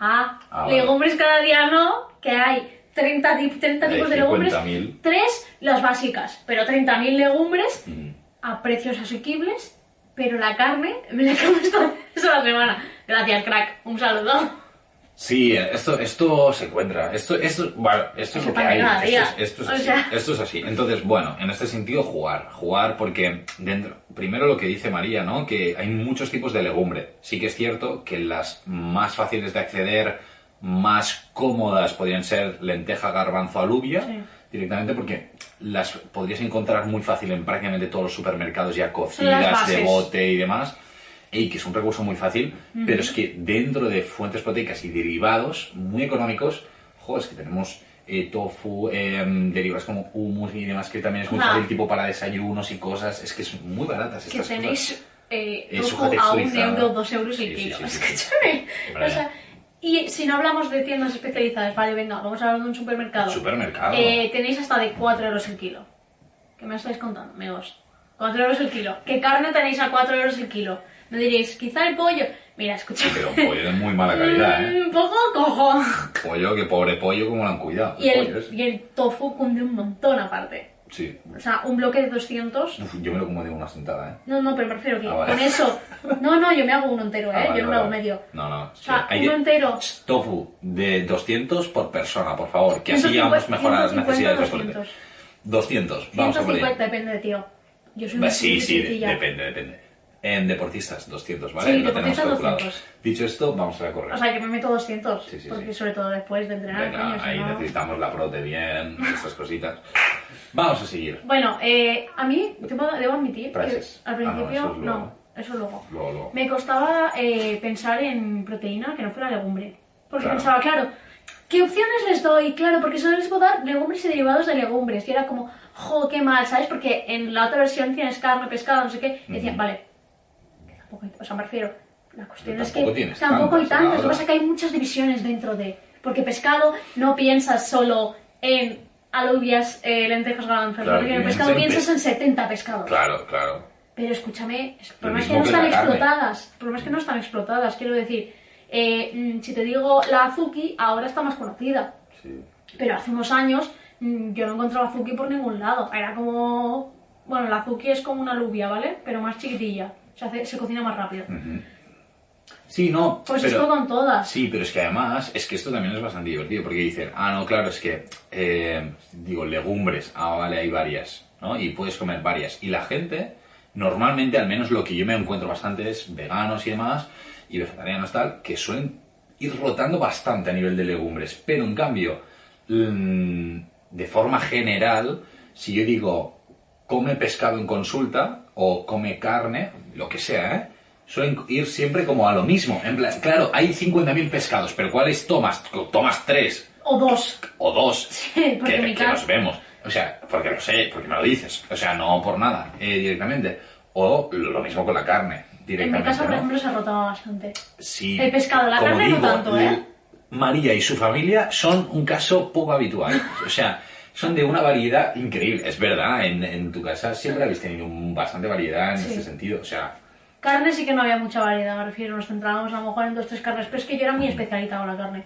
[SPEAKER 1] Ah,
[SPEAKER 2] Ah, vale.
[SPEAKER 1] legumbres cada día no, que hay 30, tip- 30
[SPEAKER 2] Hay
[SPEAKER 1] tipos este de legumbres,
[SPEAKER 2] 50.000.
[SPEAKER 1] tres las básicas, pero 30.000 legumbres
[SPEAKER 2] Mm.
[SPEAKER 1] a precios asequibles, pero la carne me la como esta vez a la semana. Gracias, crack. Un saludo.
[SPEAKER 2] Sí, esto, esto se encuentra. Esto, esto, bueno, esto es
[SPEAKER 1] Es
[SPEAKER 2] lo que
[SPEAKER 1] pan de
[SPEAKER 2] hay.
[SPEAKER 1] cada día.
[SPEAKER 2] Esto es, esto es
[SPEAKER 1] O
[SPEAKER 2] así.
[SPEAKER 1] sea.
[SPEAKER 2] Esto es así. Entonces, bueno, en este sentido, jugar. Jugar porque dentro. Primero lo que dice María, ¿no? Que hay muchos tipos de legumbre. Sí que es cierto que las más fáciles de acceder, más cómodas podrían ser lenteja, garbanzo, alubia.
[SPEAKER 1] Sí.
[SPEAKER 2] Directamente porque las podrías encontrar muy fácil en prácticamente todos los supermercados ya
[SPEAKER 1] Son las
[SPEAKER 2] cocidas, de
[SPEAKER 1] bases.
[SPEAKER 2] bote bote y demás, y que es un recurso muy fácil, pero es que dentro de fuentes proteicas y derivados muy económicos, jo, es que tenemos eh, tofu, eh, derivados como hummus y demás, que también es muy
[SPEAKER 1] Ajá.
[SPEAKER 2] fácil, tipo para desayunos y cosas, es que son muy baratas
[SPEAKER 1] Que
[SPEAKER 2] estas cosas.
[SPEAKER 1] tenéis eh,
[SPEAKER 2] Es
[SPEAKER 1] tofu
[SPEAKER 2] sujetexturizado.
[SPEAKER 1] a un euro, dos euros el
[SPEAKER 2] Sí, sí,
[SPEAKER 1] kilo.
[SPEAKER 2] sí, sí, sí.
[SPEAKER 1] Escúchame.
[SPEAKER 2] Hombre.
[SPEAKER 1] O sea, y si no hablamos de tiendas especializadas, vale, venga, vamos a hablar de un supermercado.
[SPEAKER 2] Supermercado.
[SPEAKER 1] Eh, tenéis hasta de 4 euros el kilo. ¿Qué me estáis contando, amigos? 4 euros el kilo. ¿Qué carne tenéis a 4 euros el kilo? Me diréis, quizá el pollo. Mira, escuchad.
[SPEAKER 2] Pero un pollo de muy mala calidad, ¿eh?
[SPEAKER 1] Un poco cojo.
[SPEAKER 2] Pollo, que pobre pollo, como lo han cuidado.
[SPEAKER 1] Y el,
[SPEAKER 2] pollo ese.
[SPEAKER 1] y el tofu cunde un montón aparte.
[SPEAKER 2] Sí.
[SPEAKER 1] O sea, un bloque de 200.
[SPEAKER 2] Uf, yo me lo como de una sentada, ¿eh?
[SPEAKER 1] No, no, pero me refiero que
[SPEAKER 2] Ah, vale.
[SPEAKER 1] con eso. No, no, yo me hago uno entero, ¿eh?
[SPEAKER 2] Ah, vale,
[SPEAKER 1] yo no me
[SPEAKER 2] vale,
[SPEAKER 1] hago
[SPEAKER 2] vale.
[SPEAKER 1] medio.
[SPEAKER 2] No, no.
[SPEAKER 1] O sea, uno entero.
[SPEAKER 2] Tofu de 200 por persona, por favor, que así
[SPEAKER 1] 150,
[SPEAKER 2] llevamos mejor a las
[SPEAKER 1] 150,
[SPEAKER 2] necesidades de transporte.
[SPEAKER 1] 200.
[SPEAKER 2] 200, vamos a por ello.
[SPEAKER 1] 150, depende de tío. Yo soy
[SPEAKER 2] Va,
[SPEAKER 1] una
[SPEAKER 2] Sí, sí, de-
[SPEAKER 1] chiquitilla.
[SPEAKER 2] depende, depende. En deportistas, 200, ¿vale?
[SPEAKER 1] Sí,
[SPEAKER 2] Lo tenemos
[SPEAKER 1] deportistas,
[SPEAKER 2] calculado.
[SPEAKER 1] 200.
[SPEAKER 2] Dicho esto, vamos a correr.
[SPEAKER 1] O sea, yo me meto 200.
[SPEAKER 2] Sí, sí,
[SPEAKER 1] porque
[SPEAKER 2] sí.
[SPEAKER 1] sobre todo después de entrenar.
[SPEAKER 2] Venga,
[SPEAKER 1] coño, si
[SPEAKER 2] ahí
[SPEAKER 1] no-
[SPEAKER 2] necesitamos la prote bien, estas cositas. Vamos a seguir.
[SPEAKER 1] Bueno, eh, a mí, debo, debo admitir que
[SPEAKER 2] Frases.
[SPEAKER 1] al
[SPEAKER 2] Ah, no,
[SPEAKER 1] principio.
[SPEAKER 2] eso es luego.
[SPEAKER 1] no, eso luego.
[SPEAKER 2] Luego, luego.
[SPEAKER 1] Me costaba eh, pensar en proteína que no fuera legumbre. Porque
[SPEAKER 2] Claro.
[SPEAKER 1] pensaba, claro, ¿qué opciones les doy? Claro, porque solo les puedo dar legumbres y derivados de legumbres. Y era como, jo, qué mal, ¿sabes? Porque en la otra versión tienes carne, pescado, no sé qué. Y decían,
[SPEAKER 2] Ujú.
[SPEAKER 1] vale, que tampoco hay- o sea, me refiero, la cuestión
[SPEAKER 2] Pero
[SPEAKER 1] es
[SPEAKER 2] tampoco
[SPEAKER 1] que
[SPEAKER 2] tienes
[SPEAKER 1] tampoco hay
[SPEAKER 2] tantas, la
[SPEAKER 1] tantas. Lo que
[SPEAKER 2] verdad.
[SPEAKER 1] pasa es que hay muchas divisiones dentro de. Porque pescado no piensas solo en alubias, eh, lentejas, garbanzos.
[SPEAKER 2] Claro,
[SPEAKER 1] porque en el
[SPEAKER 2] piensas
[SPEAKER 1] pescado
[SPEAKER 2] en pe-
[SPEAKER 1] piensas en 70 pescados.
[SPEAKER 2] Claro, claro.
[SPEAKER 1] Pero escúchame, el
[SPEAKER 2] Lo
[SPEAKER 1] problema es que
[SPEAKER 2] mismo
[SPEAKER 1] no
[SPEAKER 2] que
[SPEAKER 1] están
[SPEAKER 2] la carne.
[SPEAKER 1] explotadas. El problema es que no están explotadas, quiero decir. eh, mm, si te digo la Azuki, ahora está más conocida.
[SPEAKER 2] Sí.
[SPEAKER 1] Pero hace unos años mm, yo no encontraba Azuki por ningún lado. Era como. Bueno, la Azuki es como una alubia, ¿vale? Pero más chiquitilla. Se, hace- se cocina más rápido.
[SPEAKER 2] Sí, no.
[SPEAKER 1] Pues
[SPEAKER 2] pero-
[SPEAKER 1] esto con todas.
[SPEAKER 2] Sí, pero es que además, es que esto también es bastante divertido, porque dicen, ah, no, claro, es que, eh, digo, legumbres, ah, vale, hay varias, ¿no? Y puedes comer varias. Y la gente, normalmente, al menos lo que yo me encuentro bastante es veganos y demás, y vegetarianos tal, que suelen ir rotando bastante a nivel de legumbres. Pero en cambio, mm, de forma general, si yo digo, come pescado en consulta o come carne, lo que sea, ¿eh? Suelen ir siempre como a lo mismo. En plan, claro, hay 50.000 pescados, pero ¿cuáles tomas? Tomas tres
[SPEAKER 1] O dos.
[SPEAKER 2] o dos
[SPEAKER 1] porque
[SPEAKER 2] que,
[SPEAKER 1] mi
[SPEAKER 2] que
[SPEAKER 1] car-
[SPEAKER 2] los vemos. O sea, porque lo sé, porque me lo dices. O sea, no por nada, eh, directamente. O lo mismo con la carne,
[SPEAKER 1] En
[SPEAKER 2] directamente.
[SPEAKER 1] mi casa, por
[SPEAKER 2] ¿no?
[SPEAKER 1] ejemplo, se rotaba bastante.
[SPEAKER 2] Sí.
[SPEAKER 1] El pescado, la
[SPEAKER 2] Como
[SPEAKER 1] carne no
[SPEAKER 2] digo,
[SPEAKER 1] tanto, ¿eh?
[SPEAKER 2] María y su familia son un caso poco habitual. O sea, son de una variedad increíble. Es verdad, en, en tu casa siempre habéis tenido un- bastante variedad en
[SPEAKER 1] Sí.
[SPEAKER 2] este sentido. O sea,
[SPEAKER 1] Carne sí que no había mucha variedad, me refiero, nos centrábamos a lo mejor en dos, tres carnes, pero es que yo era muy especialita con la carne.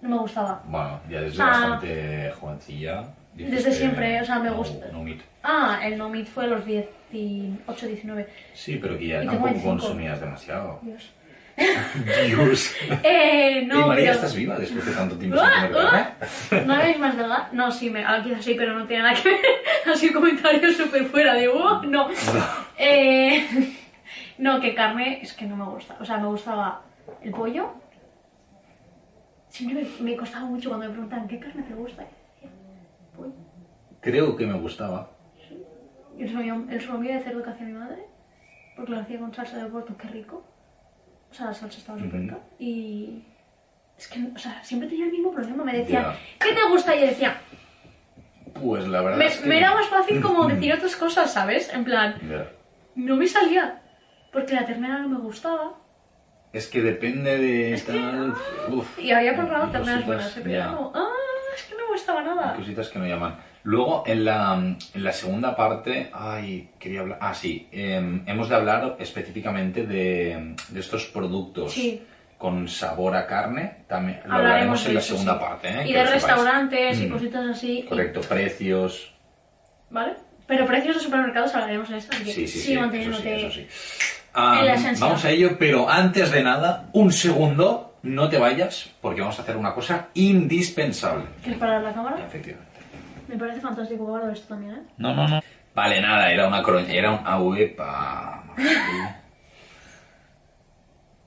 [SPEAKER 1] No me gustaba.
[SPEAKER 2] bueno, ya desde
[SPEAKER 1] Ah.
[SPEAKER 2] bastante jovencilla. dijiste,
[SPEAKER 1] Desde siempre, o sea, me
[SPEAKER 2] no-
[SPEAKER 1] gusta.
[SPEAKER 2] No, meat.
[SPEAKER 1] Ah, el no meat fue a los 18, 19.
[SPEAKER 2] Sí, pero que ya
[SPEAKER 1] Y tengo
[SPEAKER 2] tampoco
[SPEAKER 1] 25.
[SPEAKER 2] consumías demasiado.
[SPEAKER 1] Dios.
[SPEAKER 2] Dios.
[SPEAKER 1] Eh, no,
[SPEAKER 2] y María,
[SPEAKER 1] pero-
[SPEAKER 2] estás viva después de tanto tiempo sin
[SPEAKER 1] ¡Ah!
[SPEAKER 2] comer carne.
[SPEAKER 1] ¡Ah!
[SPEAKER 2] ¿eh?
[SPEAKER 1] ¿No me veis más verdad? No, sí, me, ah, quizás sí, pero no tiene nada que ver. Ha sido un comentario súper fuera de "Oh, no. Eh, no, que carne es que no me gusta. O sea, me gustaba el pollo. Siempre me, me costaba mucho cuando me preguntan qué carne te gusta. Y decía, Pollo.
[SPEAKER 2] Creo que me gustaba.
[SPEAKER 1] Y el solomillo, el solomillo de cerdo que hacía mi madre, porque lo hacía con salsa de Oporto, qué rico. O sea, la salsa estaba súper
[SPEAKER 2] Ujú.
[SPEAKER 1] rica. Y. Es que, o sea, siempre tenía el mismo problema. Me decían,
[SPEAKER 2] Ya.
[SPEAKER 1] ¿qué te gusta? Y yo decía,
[SPEAKER 2] Pues la verdad
[SPEAKER 1] Me,
[SPEAKER 2] es que...
[SPEAKER 1] me era más fácil como decir otras cosas, ¿sabes? En plan,
[SPEAKER 2] Ya.
[SPEAKER 1] no me salía. Porque la ternera no me gustaba.
[SPEAKER 2] Es que depende de
[SPEAKER 1] Es que- ah,
[SPEAKER 2] tal... Uf,
[SPEAKER 1] Y había probado
[SPEAKER 2] y
[SPEAKER 1] terneras
[SPEAKER 2] cositas,
[SPEAKER 1] buenas. ¿eh? Pero
[SPEAKER 2] ya.
[SPEAKER 1] era como, ah, es que no me gustaba nada.
[SPEAKER 2] cositas que no llaman. Luego, en la, en la segunda parte, ay, quería hablar. Ah, sí, em, hemos de hablar específicamente de, de estos productos
[SPEAKER 1] Sí.
[SPEAKER 2] con sabor a carne. También lo
[SPEAKER 1] Hablaremos
[SPEAKER 2] hablaremos
[SPEAKER 1] de
[SPEAKER 2] en la
[SPEAKER 1] eso,
[SPEAKER 2] segunda
[SPEAKER 1] sí.
[SPEAKER 2] parte. ¿eh?
[SPEAKER 1] Y
[SPEAKER 2] que
[SPEAKER 1] de
[SPEAKER 2] lo sepáis.
[SPEAKER 1] restaurantes y
[SPEAKER 2] Mm.
[SPEAKER 1] cositas así. y-
[SPEAKER 2] Correcto, precios.
[SPEAKER 1] ¿Vale? Pero precios de supermercados hablaremos en esto. así que
[SPEAKER 2] Sí, sí, sí.
[SPEAKER 1] sigue
[SPEAKER 2] eso
[SPEAKER 1] manteniéndote.
[SPEAKER 2] sí, eso sí. Ah,
[SPEAKER 1] en la esencia.
[SPEAKER 2] vamos a ello, pero antes de nada, un segundo, no te vayas, porque vamos a hacer una cosa indispensable.
[SPEAKER 1] ¿Quieres parar la cámara?
[SPEAKER 2] Efectivamente.
[SPEAKER 1] Me parece fantástico guardar esto también, ¿eh?
[SPEAKER 2] No, no, no. Vale, nada, era una cro... era un ah, uepa.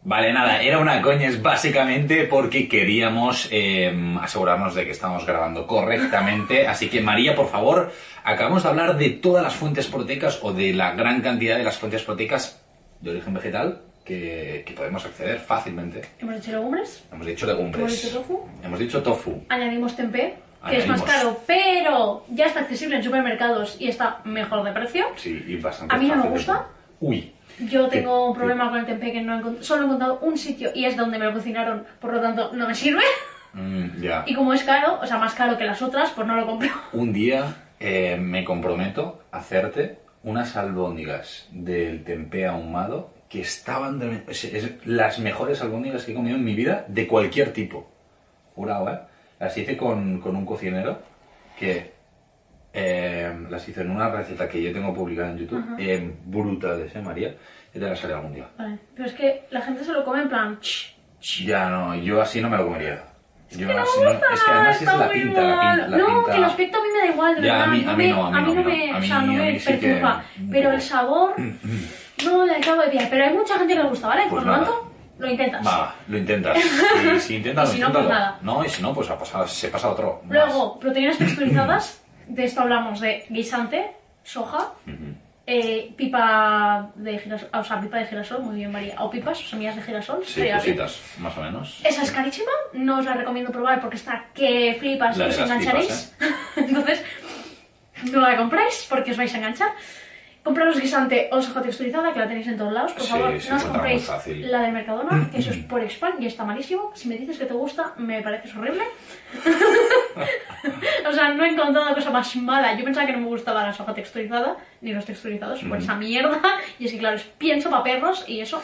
[SPEAKER 2] Vale, nada, era una coña, es básicamente porque queríamos eh, asegurarnos de que estamos grabando correctamente. Así que, María, por favor, acabamos de hablar de todas las fuentes proteicas o de la gran cantidad de las fuentes proteicas de origen vegetal que, que podemos acceder fácilmente.
[SPEAKER 1] Hemos hecho legumbres.
[SPEAKER 2] Hemos dicho legumbres.
[SPEAKER 1] ¿Hemos dicho tofu?
[SPEAKER 2] Hemos dicho tofu.
[SPEAKER 1] Añadimos tempeh, que es
[SPEAKER 2] Añadimos.
[SPEAKER 1] más caro, pero ya está accesible en supermercados y está mejor de precio.
[SPEAKER 2] Sí, y bastante
[SPEAKER 1] A mí no me
[SPEAKER 2] fácil de-
[SPEAKER 1] gusta.
[SPEAKER 2] Uy.
[SPEAKER 1] Yo tengo
[SPEAKER 2] Que-
[SPEAKER 1] un problema con el tempeh que no he encont- solo he encontrado un sitio y es donde me lo cocinaron, por lo tanto no me sirve.
[SPEAKER 2] Mm, ya.
[SPEAKER 1] Y como es caro, o sea, más caro que las otras, pues no lo compro.
[SPEAKER 2] Un día eh, me comprometo a hacerte unas albóndigas del tempeh ahumado que estaban de- es- es las mejores albóndigas que he comido en mi vida de cualquier tipo. Jurado, ¿eh? Las hice con, con un cocinero que eh, las hizo en una receta que yo tengo publicada en YouTube. eh, brutales, ¿eh, María? Que te las haré algún día.
[SPEAKER 1] Vale, pero es que la gente se lo come en plan... "Ch".
[SPEAKER 2] Ya no, yo así no me lo comería. Yo
[SPEAKER 1] Que no
[SPEAKER 2] así
[SPEAKER 1] me gusta,
[SPEAKER 2] Ah, es que además
[SPEAKER 1] está
[SPEAKER 2] es la
[SPEAKER 1] muy
[SPEAKER 2] pinta, la
[SPEAKER 1] mal.
[SPEAKER 2] pinta, la
[SPEAKER 1] no,
[SPEAKER 2] pinta.
[SPEAKER 1] que el aspecto a mí me da igual, de
[SPEAKER 2] Ya, a
[SPEAKER 1] verdad.
[SPEAKER 2] mí- a mí no, a mí no, a mí
[SPEAKER 1] me, o
[SPEAKER 2] no.
[SPEAKER 1] sea,
[SPEAKER 2] A mí-
[SPEAKER 1] no
[SPEAKER 2] a
[SPEAKER 1] me
[SPEAKER 2] mí sí que- Mm-hmm.
[SPEAKER 1] perturba. Pero el sabor no le acabo de pillar. Pero hay mucha gente que le gusta, ¿vale?
[SPEAKER 2] Pues
[SPEAKER 1] por lo
[SPEAKER 2] nada.
[SPEAKER 1] tanto, lo intentas.
[SPEAKER 2] Va, lo intentas. Y si intentas,
[SPEAKER 1] Y si no, pues
[SPEAKER 2] inténtalo.
[SPEAKER 1] nada.
[SPEAKER 2] No, y si no, pues ha pasado- se pasa a otro. más.
[SPEAKER 1] Luego, proteínas texturizadas. De esto hablamos de guisante, soja,
[SPEAKER 2] Mm-hmm.
[SPEAKER 1] eh, pipa de girasol, o sea, pipa de girasol, muy bien María, o pipas, o semillas de girasol.
[SPEAKER 2] Sí,
[SPEAKER 1] sería bien.
[SPEAKER 2] cositas, más o menos.
[SPEAKER 1] Esa es carísima, no os la recomiendo probar porque está que flipas
[SPEAKER 2] La
[SPEAKER 1] y
[SPEAKER 2] de
[SPEAKER 1] os
[SPEAKER 2] las ¿eh?
[SPEAKER 1] engancharéis. Entonces, no la compréis porque os vais a enganchar. Compraros guisante o soja texturizada, que la tenéis en todos lados, por
[SPEAKER 2] Sí,
[SPEAKER 1] favor,
[SPEAKER 2] se
[SPEAKER 1] no os
[SPEAKER 2] encuentra muy
[SPEAKER 1] compréis
[SPEAKER 2] fácil.
[SPEAKER 1] la del Mercadona, que eso es por spam y está malísimo. Si me dices que te gusta, me pareces horrible. o sea, no he encontrado cosa más mala. Yo pensaba que no me gustaba la soja texturizada, ni los texturizados, por esa mierda. Y es que, claro, es pienso para perros y eso.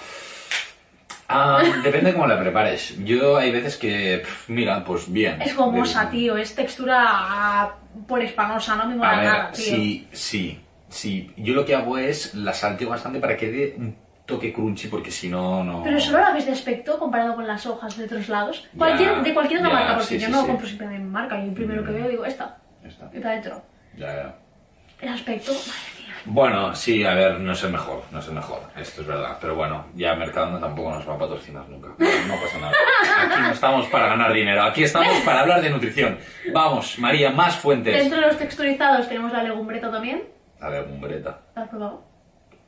[SPEAKER 2] Ah, depende cómo la prepares. Yo hay veces que, pff, mira, pues bien.
[SPEAKER 1] Es gomosa,
[SPEAKER 2] Bien.
[SPEAKER 1] tío, es textura ah, por espanosa, no me mola
[SPEAKER 2] A ver,
[SPEAKER 1] nada, tío.
[SPEAKER 2] sí, sí, sí. Yo lo que hago es la salteo bastante para que dé un toque crunchy, porque si no, no...
[SPEAKER 1] Pero solo la ves de aspecto comparado con las hojas de otros lados.
[SPEAKER 2] Ya,
[SPEAKER 1] Cualquier, de cualquier otra
[SPEAKER 2] ya,
[SPEAKER 1] marca, porque
[SPEAKER 2] sí,
[SPEAKER 1] yo
[SPEAKER 2] sí,
[SPEAKER 1] no
[SPEAKER 2] sí. Mm.
[SPEAKER 1] compro siempre de mi marca. Yo el primero que veo digo, esta,
[SPEAKER 2] Ya está.
[SPEAKER 1] y para adentro.
[SPEAKER 2] Ya, ya.
[SPEAKER 1] El aspecto, madre mía.
[SPEAKER 2] Bueno, sí, a ver, no es el mejor, no es el mejor, esto es verdad. Pero bueno, ya Mercadona tampoco nos va a patrocinar nunca. No pasa nada. Aquí no estamos para ganar dinero, aquí estamos para hablar de nutrición. Vamos, María, más fuentes.
[SPEAKER 1] Dentro de los texturizados tenemos la legumbreta también.
[SPEAKER 2] La legumbreta,
[SPEAKER 1] ¿La has probado?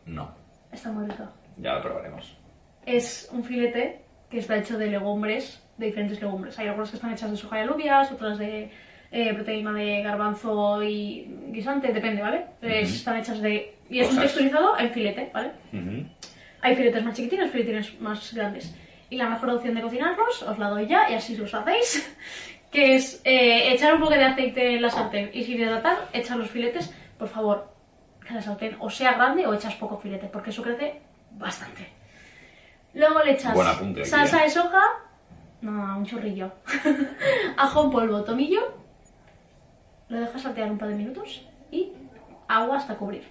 [SPEAKER 2] no,
[SPEAKER 1] Está muy rica.
[SPEAKER 2] ya la probaremos.
[SPEAKER 1] Es un filete que está hecho de legumbres, de diferentes legumbres. Hay algunas que están hechas de soja y alubias, otras de eh, proteína de garbanzo y guisante, depende, ¿vale? Es- Están hechas de... Y es un
[SPEAKER 2] Cosas.
[SPEAKER 1] texturizado en filete, ¿vale?
[SPEAKER 2] Ujú.
[SPEAKER 1] Hay filetes más chiquitinos, filetines más grandes. Y la mejor opción de cocinarlos os la doy ya y así los hacéis. que es eh, echar un poco de aceite en la sartén y sin hidratar, echar los filetes, por favor, que la sartén o sea grande o echas poco filete, porque eso crece bastante. Luego le echas
[SPEAKER 2] Buen apunte aquí,
[SPEAKER 1] salsa
[SPEAKER 2] eh.
[SPEAKER 1] de soja, no, un churrillo, ajo en polvo, tomillo, lo dejas saltear un par de minutos y agua hasta cubrir.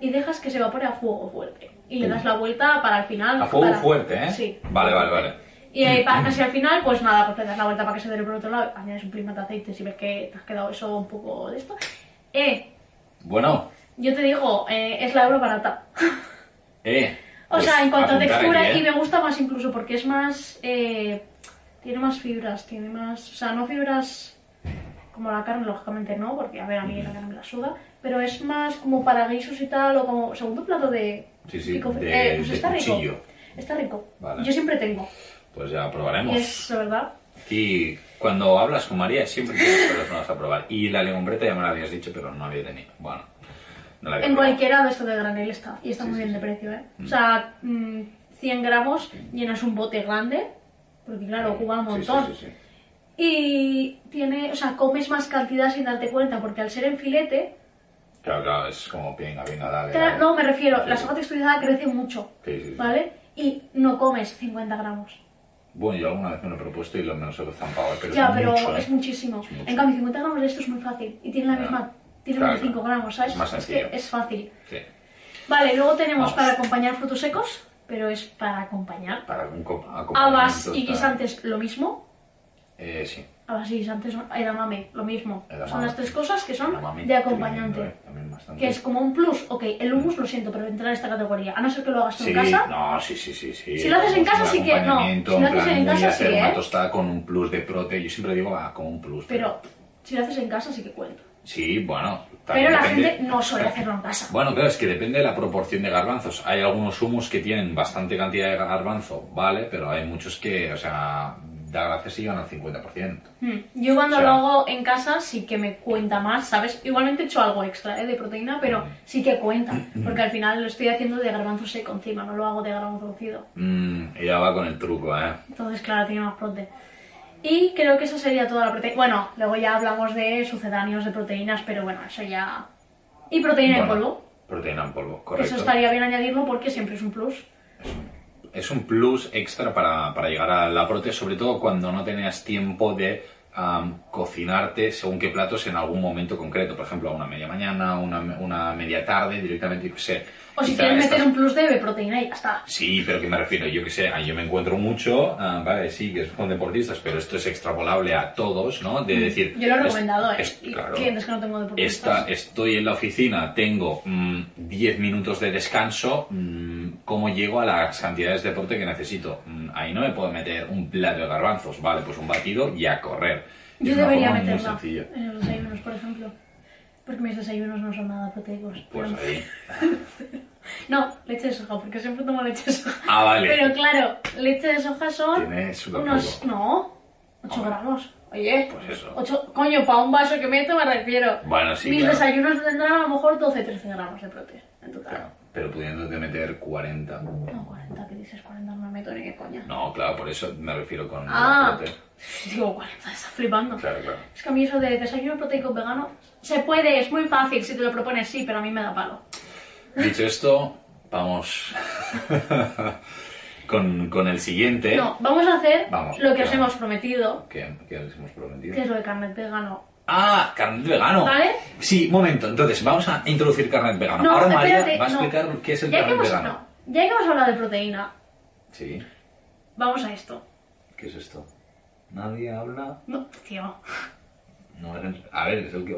[SPEAKER 1] Y dejas que se evapore a fuego fuerte. Y le das la vuelta para al final.
[SPEAKER 2] A fuego
[SPEAKER 1] para-
[SPEAKER 2] fuerte, ¿eh?
[SPEAKER 1] Sí.
[SPEAKER 2] Vale, vale, vale. Mm.
[SPEAKER 1] Y ahí, para casi al final, pues nada, pues le das la vuelta para que se dore por otro lado, añades un pelín de aceite si ves que te has quedado eso un poco de esto. Eh,
[SPEAKER 2] Bueno,
[SPEAKER 1] yo te digo, eh, es la euro barata.
[SPEAKER 2] eh.
[SPEAKER 1] o sea, en cuanto a textura, y me
[SPEAKER 2] vemos
[SPEAKER 1] gusta más incluso porque es más. eh, tiene más fibras, tiene más. O sea, no fibras como la carne, lógicamente no, porque a ver, a mí la carne me la suda, pero es más como para guisos y tal, o como segundo plato de.
[SPEAKER 2] Sí, sí,
[SPEAKER 1] pico-
[SPEAKER 2] de-
[SPEAKER 1] eh, pues
[SPEAKER 2] de
[SPEAKER 1] está
[SPEAKER 2] cuchillo.
[SPEAKER 1] rico. Está rico.
[SPEAKER 2] Vale.
[SPEAKER 1] Yo siempre tengo.
[SPEAKER 2] Pues ya probaremos.
[SPEAKER 1] Y es, la verdad.
[SPEAKER 2] Y cuando hablas con María siempre tienes personas a probar. Y la legumbreta ya me la habías dicho, pero no había tenido. Bueno, no la había
[SPEAKER 1] En
[SPEAKER 2] probado.
[SPEAKER 1] cualquiera de esto de granel está. Y está
[SPEAKER 2] Sí,
[SPEAKER 1] muy
[SPEAKER 2] sí,
[SPEAKER 1] bien de
[SPEAKER 2] sí.
[SPEAKER 1] precio, ¿eh? O sea, mm, 100 gramos llenas un bote grande. Porque claro, ocupa un
[SPEAKER 2] Sí, sí,
[SPEAKER 1] montón.
[SPEAKER 2] sí, sí.
[SPEAKER 1] Y tiene, o sea, comes más cantidad sin darte cuenta, porque al ser en filete,
[SPEAKER 2] Claro, claro, es como venga, venga, dale.
[SPEAKER 1] claro,
[SPEAKER 2] dale.
[SPEAKER 1] no, me refiero,
[SPEAKER 2] Sí,
[SPEAKER 1] la
[SPEAKER 2] sí.
[SPEAKER 1] soja texturizada crece mucho,
[SPEAKER 2] Sí, sí, sí.
[SPEAKER 1] ¿vale? Y no comes 50 gramos.
[SPEAKER 2] Bueno, yo alguna vez me lo he propuesto y lo menos he zampado, ¿eh? pero
[SPEAKER 1] ya,
[SPEAKER 2] es
[SPEAKER 1] pero
[SPEAKER 2] mucho, ¿eh?
[SPEAKER 1] es muchísimo.
[SPEAKER 2] Es mucho.
[SPEAKER 1] En cambio, 50 gramos de esto es muy fácil. Y tiene la
[SPEAKER 2] Ah,
[SPEAKER 1] misma, tiene
[SPEAKER 2] claro.
[SPEAKER 1] 25 gramos, ¿sabes?
[SPEAKER 2] Es más
[SPEAKER 1] que
[SPEAKER 2] sencillo.
[SPEAKER 1] es fácil.
[SPEAKER 2] Sí,
[SPEAKER 1] Vale, luego tenemos
[SPEAKER 2] Vamos.
[SPEAKER 1] para acompañar frutos secos, pero es para acompañar.
[SPEAKER 2] para un co- acompañamiento
[SPEAKER 1] Habas Ah, y
[SPEAKER 2] está-
[SPEAKER 1] guisantes, lo mismo.
[SPEAKER 2] Eh, sí.
[SPEAKER 1] Habas y guisantes, edamame, lo mismo.
[SPEAKER 2] Edamame.
[SPEAKER 1] Son las tres cosas que son
[SPEAKER 2] Edamame,
[SPEAKER 1] de acompañante.
[SPEAKER 2] tremendo, ¿eh? También bastante.
[SPEAKER 1] Que es como un plus. Ok, el hummus lo siento, pero entra en esta categoría. A no ser que lo hagas tú
[SPEAKER 2] Sí,
[SPEAKER 1] en casa.
[SPEAKER 2] no, sí, sí, sí, sí.
[SPEAKER 1] Si lo haces en
[SPEAKER 2] Un
[SPEAKER 1] casa, sí que no.
[SPEAKER 2] acompañamiento,
[SPEAKER 1] Si lo
[SPEAKER 2] en
[SPEAKER 1] haces
[SPEAKER 2] plan,
[SPEAKER 1] en
[SPEAKER 2] voy a
[SPEAKER 1] casa,
[SPEAKER 2] hacer
[SPEAKER 1] sí,
[SPEAKER 2] una
[SPEAKER 1] ¿eh?
[SPEAKER 2] tostada con un plus de prote. Yo siempre digo, va, con un plus.
[SPEAKER 1] Pero si lo haces en casa, sí que cuenta.
[SPEAKER 2] Sí, bueno. también
[SPEAKER 1] Pero la
[SPEAKER 2] depende-
[SPEAKER 1] gente no suele hacerlo en casa.
[SPEAKER 2] Bueno, claro, es que depende de la proporción de garbanzos. Hay algunos humos que tienen bastante cantidad de garbanzo, vale, pero hay muchos que, o sea, da gracia si llegan al 50%.
[SPEAKER 1] Hmm, Yo cuando
[SPEAKER 2] O sea-
[SPEAKER 1] lo hago en casa sí que me cuenta más, ¿sabes? Igualmente he hecho algo extra ¿eh? de proteína,
[SPEAKER 2] Mm.
[SPEAKER 1] pero sí que cuenta. Porque al final lo estoy haciendo de garbanzo seco encima, no lo hago de garbanzo cocido.
[SPEAKER 2] Mm, ella va con el truco, ¿eh?
[SPEAKER 1] Entonces, claro, tiene más prote. Y creo que esa sería toda la proteína. Bueno, luego ya hablamos de sucedáneos de proteínas, pero bueno, eso ya. Y proteína en
[SPEAKER 2] Bueno,
[SPEAKER 1] polvo.
[SPEAKER 2] Proteína en polvo, correcto.
[SPEAKER 1] Eso estaría bien añadirlo porque siempre es un plus.
[SPEAKER 2] Es un plus extra para, para llegar a la prote, sobre todo cuando no tenías tiempo de am, cocinarte según qué platos en algún momento concreto. Por ejemplo, a una media mañana, una, me- una media tarde, directamente, yo qué sé.
[SPEAKER 1] O si
[SPEAKER 2] Quizá
[SPEAKER 1] quieres
[SPEAKER 2] estás-
[SPEAKER 1] meter un plus de proteína y ya está.
[SPEAKER 2] Sí, pero que me refiero, yo que sé, ah, yo me encuentro mucho, ah, vale, sí, que son deportistas, pero esto es extrapolable a todos, ¿no? De decir...
[SPEAKER 1] Mm, Yo lo he
[SPEAKER 2] es-
[SPEAKER 1] recomendado, ¿eh?
[SPEAKER 2] es-
[SPEAKER 1] Y
[SPEAKER 2] claro,
[SPEAKER 1] clientes que no tengo de proteínas.
[SPEAKER 2] esta- estoy en la oficina, tengo mm, 10 minutos de descanso, mm, ¿cómo llego a las cantidades de deporte que necesito? Mm, ahí no me puedo meter un plato de garbanzos, vale, pues un batido y a correr.
[SPEAKER 1] Yo
[SPEAKER 2] Es una
[SPEAKER 1] debería
[SPEAKER 2] forma muy
[SPEAKER 1] meterla
[SPEAKER 2] sencilla.
[SPEAKER 1] en los desayunos, por ejemplo. Porque mis desayunos no son nada proteicos.
[SPEAKER 2] Pues
[SPEAKER 1] Pero-
[SPEAKER 2] ahí.
[SPEAKER 1] No, leche de soja, porque siempre tomo leche de soja.
[SPEAKER 2] Ah, vale.
[SPEAKER 1] Pero claro, leche de soja son
[SPEAKER 2] Tiene súper
[SPEAKER 1] unos... No, 8
[SPEAKER 2] Hombre.
[SPEAKER 1] gramos. Oye,
[SPEAKER 2] Pues eso.
[SPEAKER 1] 8... Coño, para un vaso que meto me refiero.
[SPEAKER 2] Bueno, sí,
[SPEAKER 1] Mis
[SPEAKER 2] claro.
[SPEAKER 1] desayunos tendrán a lo mejor 12-13 gramos de proteína en total.
[SPEAKER 2] Claro, pero pudiéndote meter 40.
[SPEAKER 1] No, 40, que dices 40 no me meto ni de coña.
[SPEAKER 2] No, claro, por eso me refiero con...
[SPEAKER 1] ah,
[SPEAKER 2] deporte.
[SPEAKER 1] digo 40, estás flipando.
[SPEAKER 2] Claro, claro.
[SPEAKER 1] Es que a mí eso de desayuno proteico vegano se puede, es muy fácil si te lo propones, sí, pero a mí me da palo.
[SPEAKER 2] Dicho esto, vamos con, con el siguiente.
[SPEAKER 1] No, vamos a hacer
[SPEAKER 2] ¿Eh? Vamos,
[SPEAKER 1] lo que os
[SPEAKER 2] claro.
[SPEAKER 1] hemos prometido,
[SPEAKER 2] Que, que les hemos prometido.
[SPEAKER 1] que es lo de carnet vegano.
[SPEAKER 2] Ah, carnet vegano.
[SPEAKER 1] ¿Vale?
[SPEAKER 2] Sí, momento. Entonces, vamos a introducir carnet vegano.
[SPEAKER 1] No,
[SPEAKER 2] Ahora
[SPEAKER 1] espérate,
[SPEAKER 2] María va a
[SPEAKER 1] no.
[SPEAKER 2] explicar qué es el
[SPEAKER 1] ya que
[SPEAKER 2] carnet
[SPEAKER 1] hemos,
[SPEAKER 2] vegano.
[SPEAKER 1] no, ya que hemos hablado de proteína,
[SPEAKER 2] Sí.
[SPEAKER 1] vamos a esto.
[SPEAKER 2] ¿Qué es esto? Nadie habla.
[SPEAKER 1] No, tío,
[SPEAKER 2] No, es el- a ver, es el que.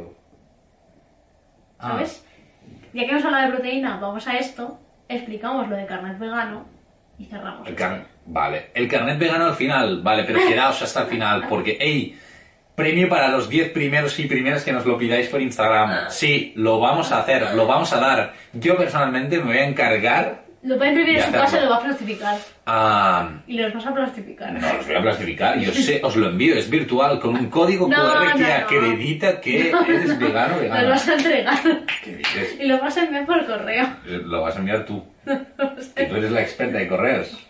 [SPEAKER 2] Ah,
[SPEAKER 1] ¿sabes? Ya que hemos hablado de proteína, vamos a esto, explicamos lo de carnet vegano y cerramos.
[SPEAKER 2] el
[SPEAKER 1] esto.
[SPEAKER 2] car- Vale, el carnet vegano al final. Vale, pero quedaos hasta el final porque, hey, premio para los 10 primeros y primeras que nos lo pidáis por
[SPEAKER 1] Ah.
[SPEAKER 2] Instagram. Sí, lo vamos a hacer, lo vamos a dar. Yo personalmente me voy a encargar.
[SPEAKER 1] Lo pueden imprimir
[SPEAKER 2] Y
[SPEAKER 1] en su casa y
[SPEAKER 2] hacerlo.
[SPEAKER 1] lo va a plastificar.
[SPEAKER 2] a...
[SPEAKER 1] Y los vas a plastificar.
[SPEAKER 2] No, los voy a plastificar, yo sé, os lo envío, es virtual, con un código
[SPEAKER 1] No,
[SPEAKER 2] QR que
[SPEAKER 1] no, no.
[SPEAKER 2] acredita que eres vegano
[SPEAKER 1] Los
[SPEAKER 2] vegano.
[SPEAKER 1] vas a entregar
[SPEAKER 2] ¿Qué dices?
[SPEAKER 1] y los vas a enviar por correo.
[SPEAKER 2] Lo vas a enviar tú, que tú eres la experta de correos.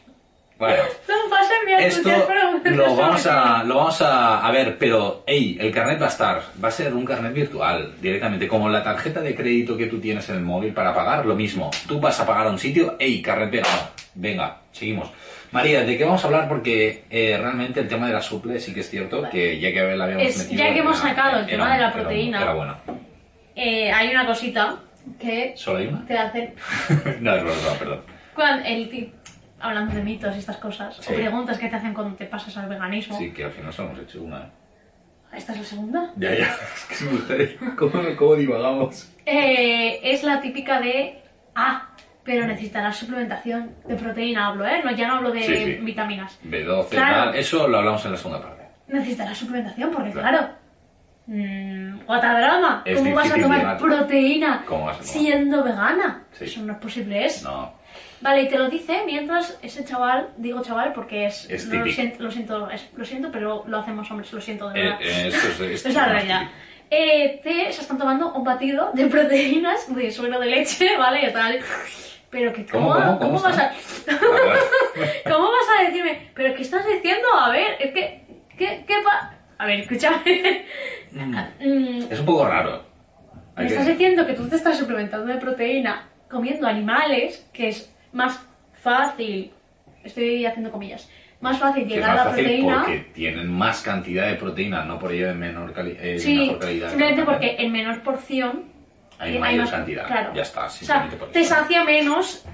[SPEAKER 2] Bueno,
[SPEAKER 1] No pasa mi
[SPEAKER 2] esto
[SPEAKER 1] entusiasmo, pero-
[SPEAKER 2] lo vamos, a, lo vamos a, a ver, pero, hey, el carnet va a estar, va a ser un carnet virtual directamente, como la tarjeta de crédito que tú tienes en el móvil para pagar, lo mismo. Tú vas a pagar a un sitio, hey, carnet pegado. Venga, seguimos. María, ¿de qué vamos a hablar? Porque eh, realmente el tema de la suple sí que es cierto,
[SPEAKER 1] Vale.
[SPEAKER 2] que ya que la habíamos
[SPEAKER 1] Es-
[SPEAKER 2] metido...
[SPEAKER 1] ya que hemos
[SPEAKER 2] era-
[SPEAKER 1] sacado el
[SPEAKER 2] era-
[SPEAKER 1] tema de la
[SPEAKER 2] era-
[SPEAKER 1] proteína.
[SPEAKER 2] Era bueno.
[SPEAKER 1] Eh, hay una cosita que
[SPEAKER 2] ¿Solo hay una?
[SPEAKER 1] te hacen
[SPEAKER 2] no, es verdad, perdón.
[SPEAKER 1] Cuando el ti- hablando de mitos y estas cosas,
[SPEAKER 2] Sí.
[SPEAKER 1] o preguntas que te hacen cuando te pasas al veganismo.
[SPEAKER 2] Sí, que al final solo hemos hecho una, ¿eh?
[SPEAKER 1] ¿Esta es la segunda?
[SPEAKER 2] Ya, ya. Es que me gustaría. ¿Cómo, cómo divagamos?
[SPEAKER 1] Eh, es la típica de, ah, pero necesitarás suplementación de proteína, hablo, ¿eh? No, ya no hablo de
[SPEAKER 2] Sí, sí.
[SPEAKER 1] vitaminas.
[SPEAKER 2] B12,
[SPEAKER 1] Claro.
[SPEAKER 2] tal. Eso lo hablamos en la segunda parte.
[SPEAKER 1] Necesitarás suplementación porque,
[SPEAKER 2] Claro.
[SPEAKER 1] claro, mm, guatadrama,
[SPEAKER 2] Es
[SPEAKER 1] ¿cómo vas a
[SPEAKER 2] difícil
[SPEAKER 1] tomar
[SPEAKER 2] llegar.
[SPEAKER 1] proteína
[SPEAKER 2] ¿Cómo vas a tomar?
[SPEAKER 1] siendo vegana?
[SPEAKER 2] Sí.
[SPEAKER 1] Eso no es posible, es.
[SPEAKER 2] No.
[SPEAKER 1] Vale, y te lo dice mientras ese chaval, digo chaval porque es.
[SPEAKER 2] Es
[SPEAKER 1] no lo,
[SPEAKER 2] típico.
[SPEAKER 1] siento, lo siento, es- lo siento, pero lo hacemos hombres, lo siento de
[SPEAKER 2] Eh,
[SPEAKER 1] verdad.
[SPEAKER 2] eh, esto es, esto
[SPEAKER 1] Ah. es la
[SPEAKER 2] más
[SPEAKER 1] realidad.
[SPEAKER 2] típico.
[SPEAKER 1] Eh, te, se están tomando un batido de proteínas de suero de leche, ¿vale? Y tal. Pero que,
[SPEAKER 2] ¿Cómo,
[SPEAKER 1] ¿cómo,
[SPEAKER 2] cómo, cómo
[SPEAKER 1] vas a,
[SPEAKER 2] La verdad.
[SPEAKER 1] ¿cómo vas a decirme? ¿Pero qué estás diciendo? A ver, es que. ¿Qué, qué pa.? A ver, escúchame. Mm,
[SPEAKER 2] Es un poco raro.
[SPEAKER 1] me
[SPEAKER 2] Hay que-
[SPEAKER 1] estás diciendo que tú te estás suplementando de proteína comiendo animales, que es más fácil, estoy haciendo comillas, más fácil
[SPEAKER 2] que
[SPEAKER 1] llegar a la
[SPEAKER 2] más fácil
[SPEAKER 1] proteína.
[SPEAKER 2] porque tienen más cantidad de proteína, no por ello de menor cali- eh, de
[SPEAKER 1] sí,
[SPEAKER 2] mejor calidad.
[SPEAKER 1] simplemente porque en menor porción
[SPEAKER 2] Hay
[SPEAKER 1] eh,
[SPEAKER 2] mayor cantidad,
[SPEAKER 1] Claro.
[SPEAKER 2] ya está,
[SPEAKER 1] O sea,
[SPEAKER 2] simplemente por
[SPEAKER 1] te
[SPEAKER 2] eso.
[SPEAKER 1] sacia menos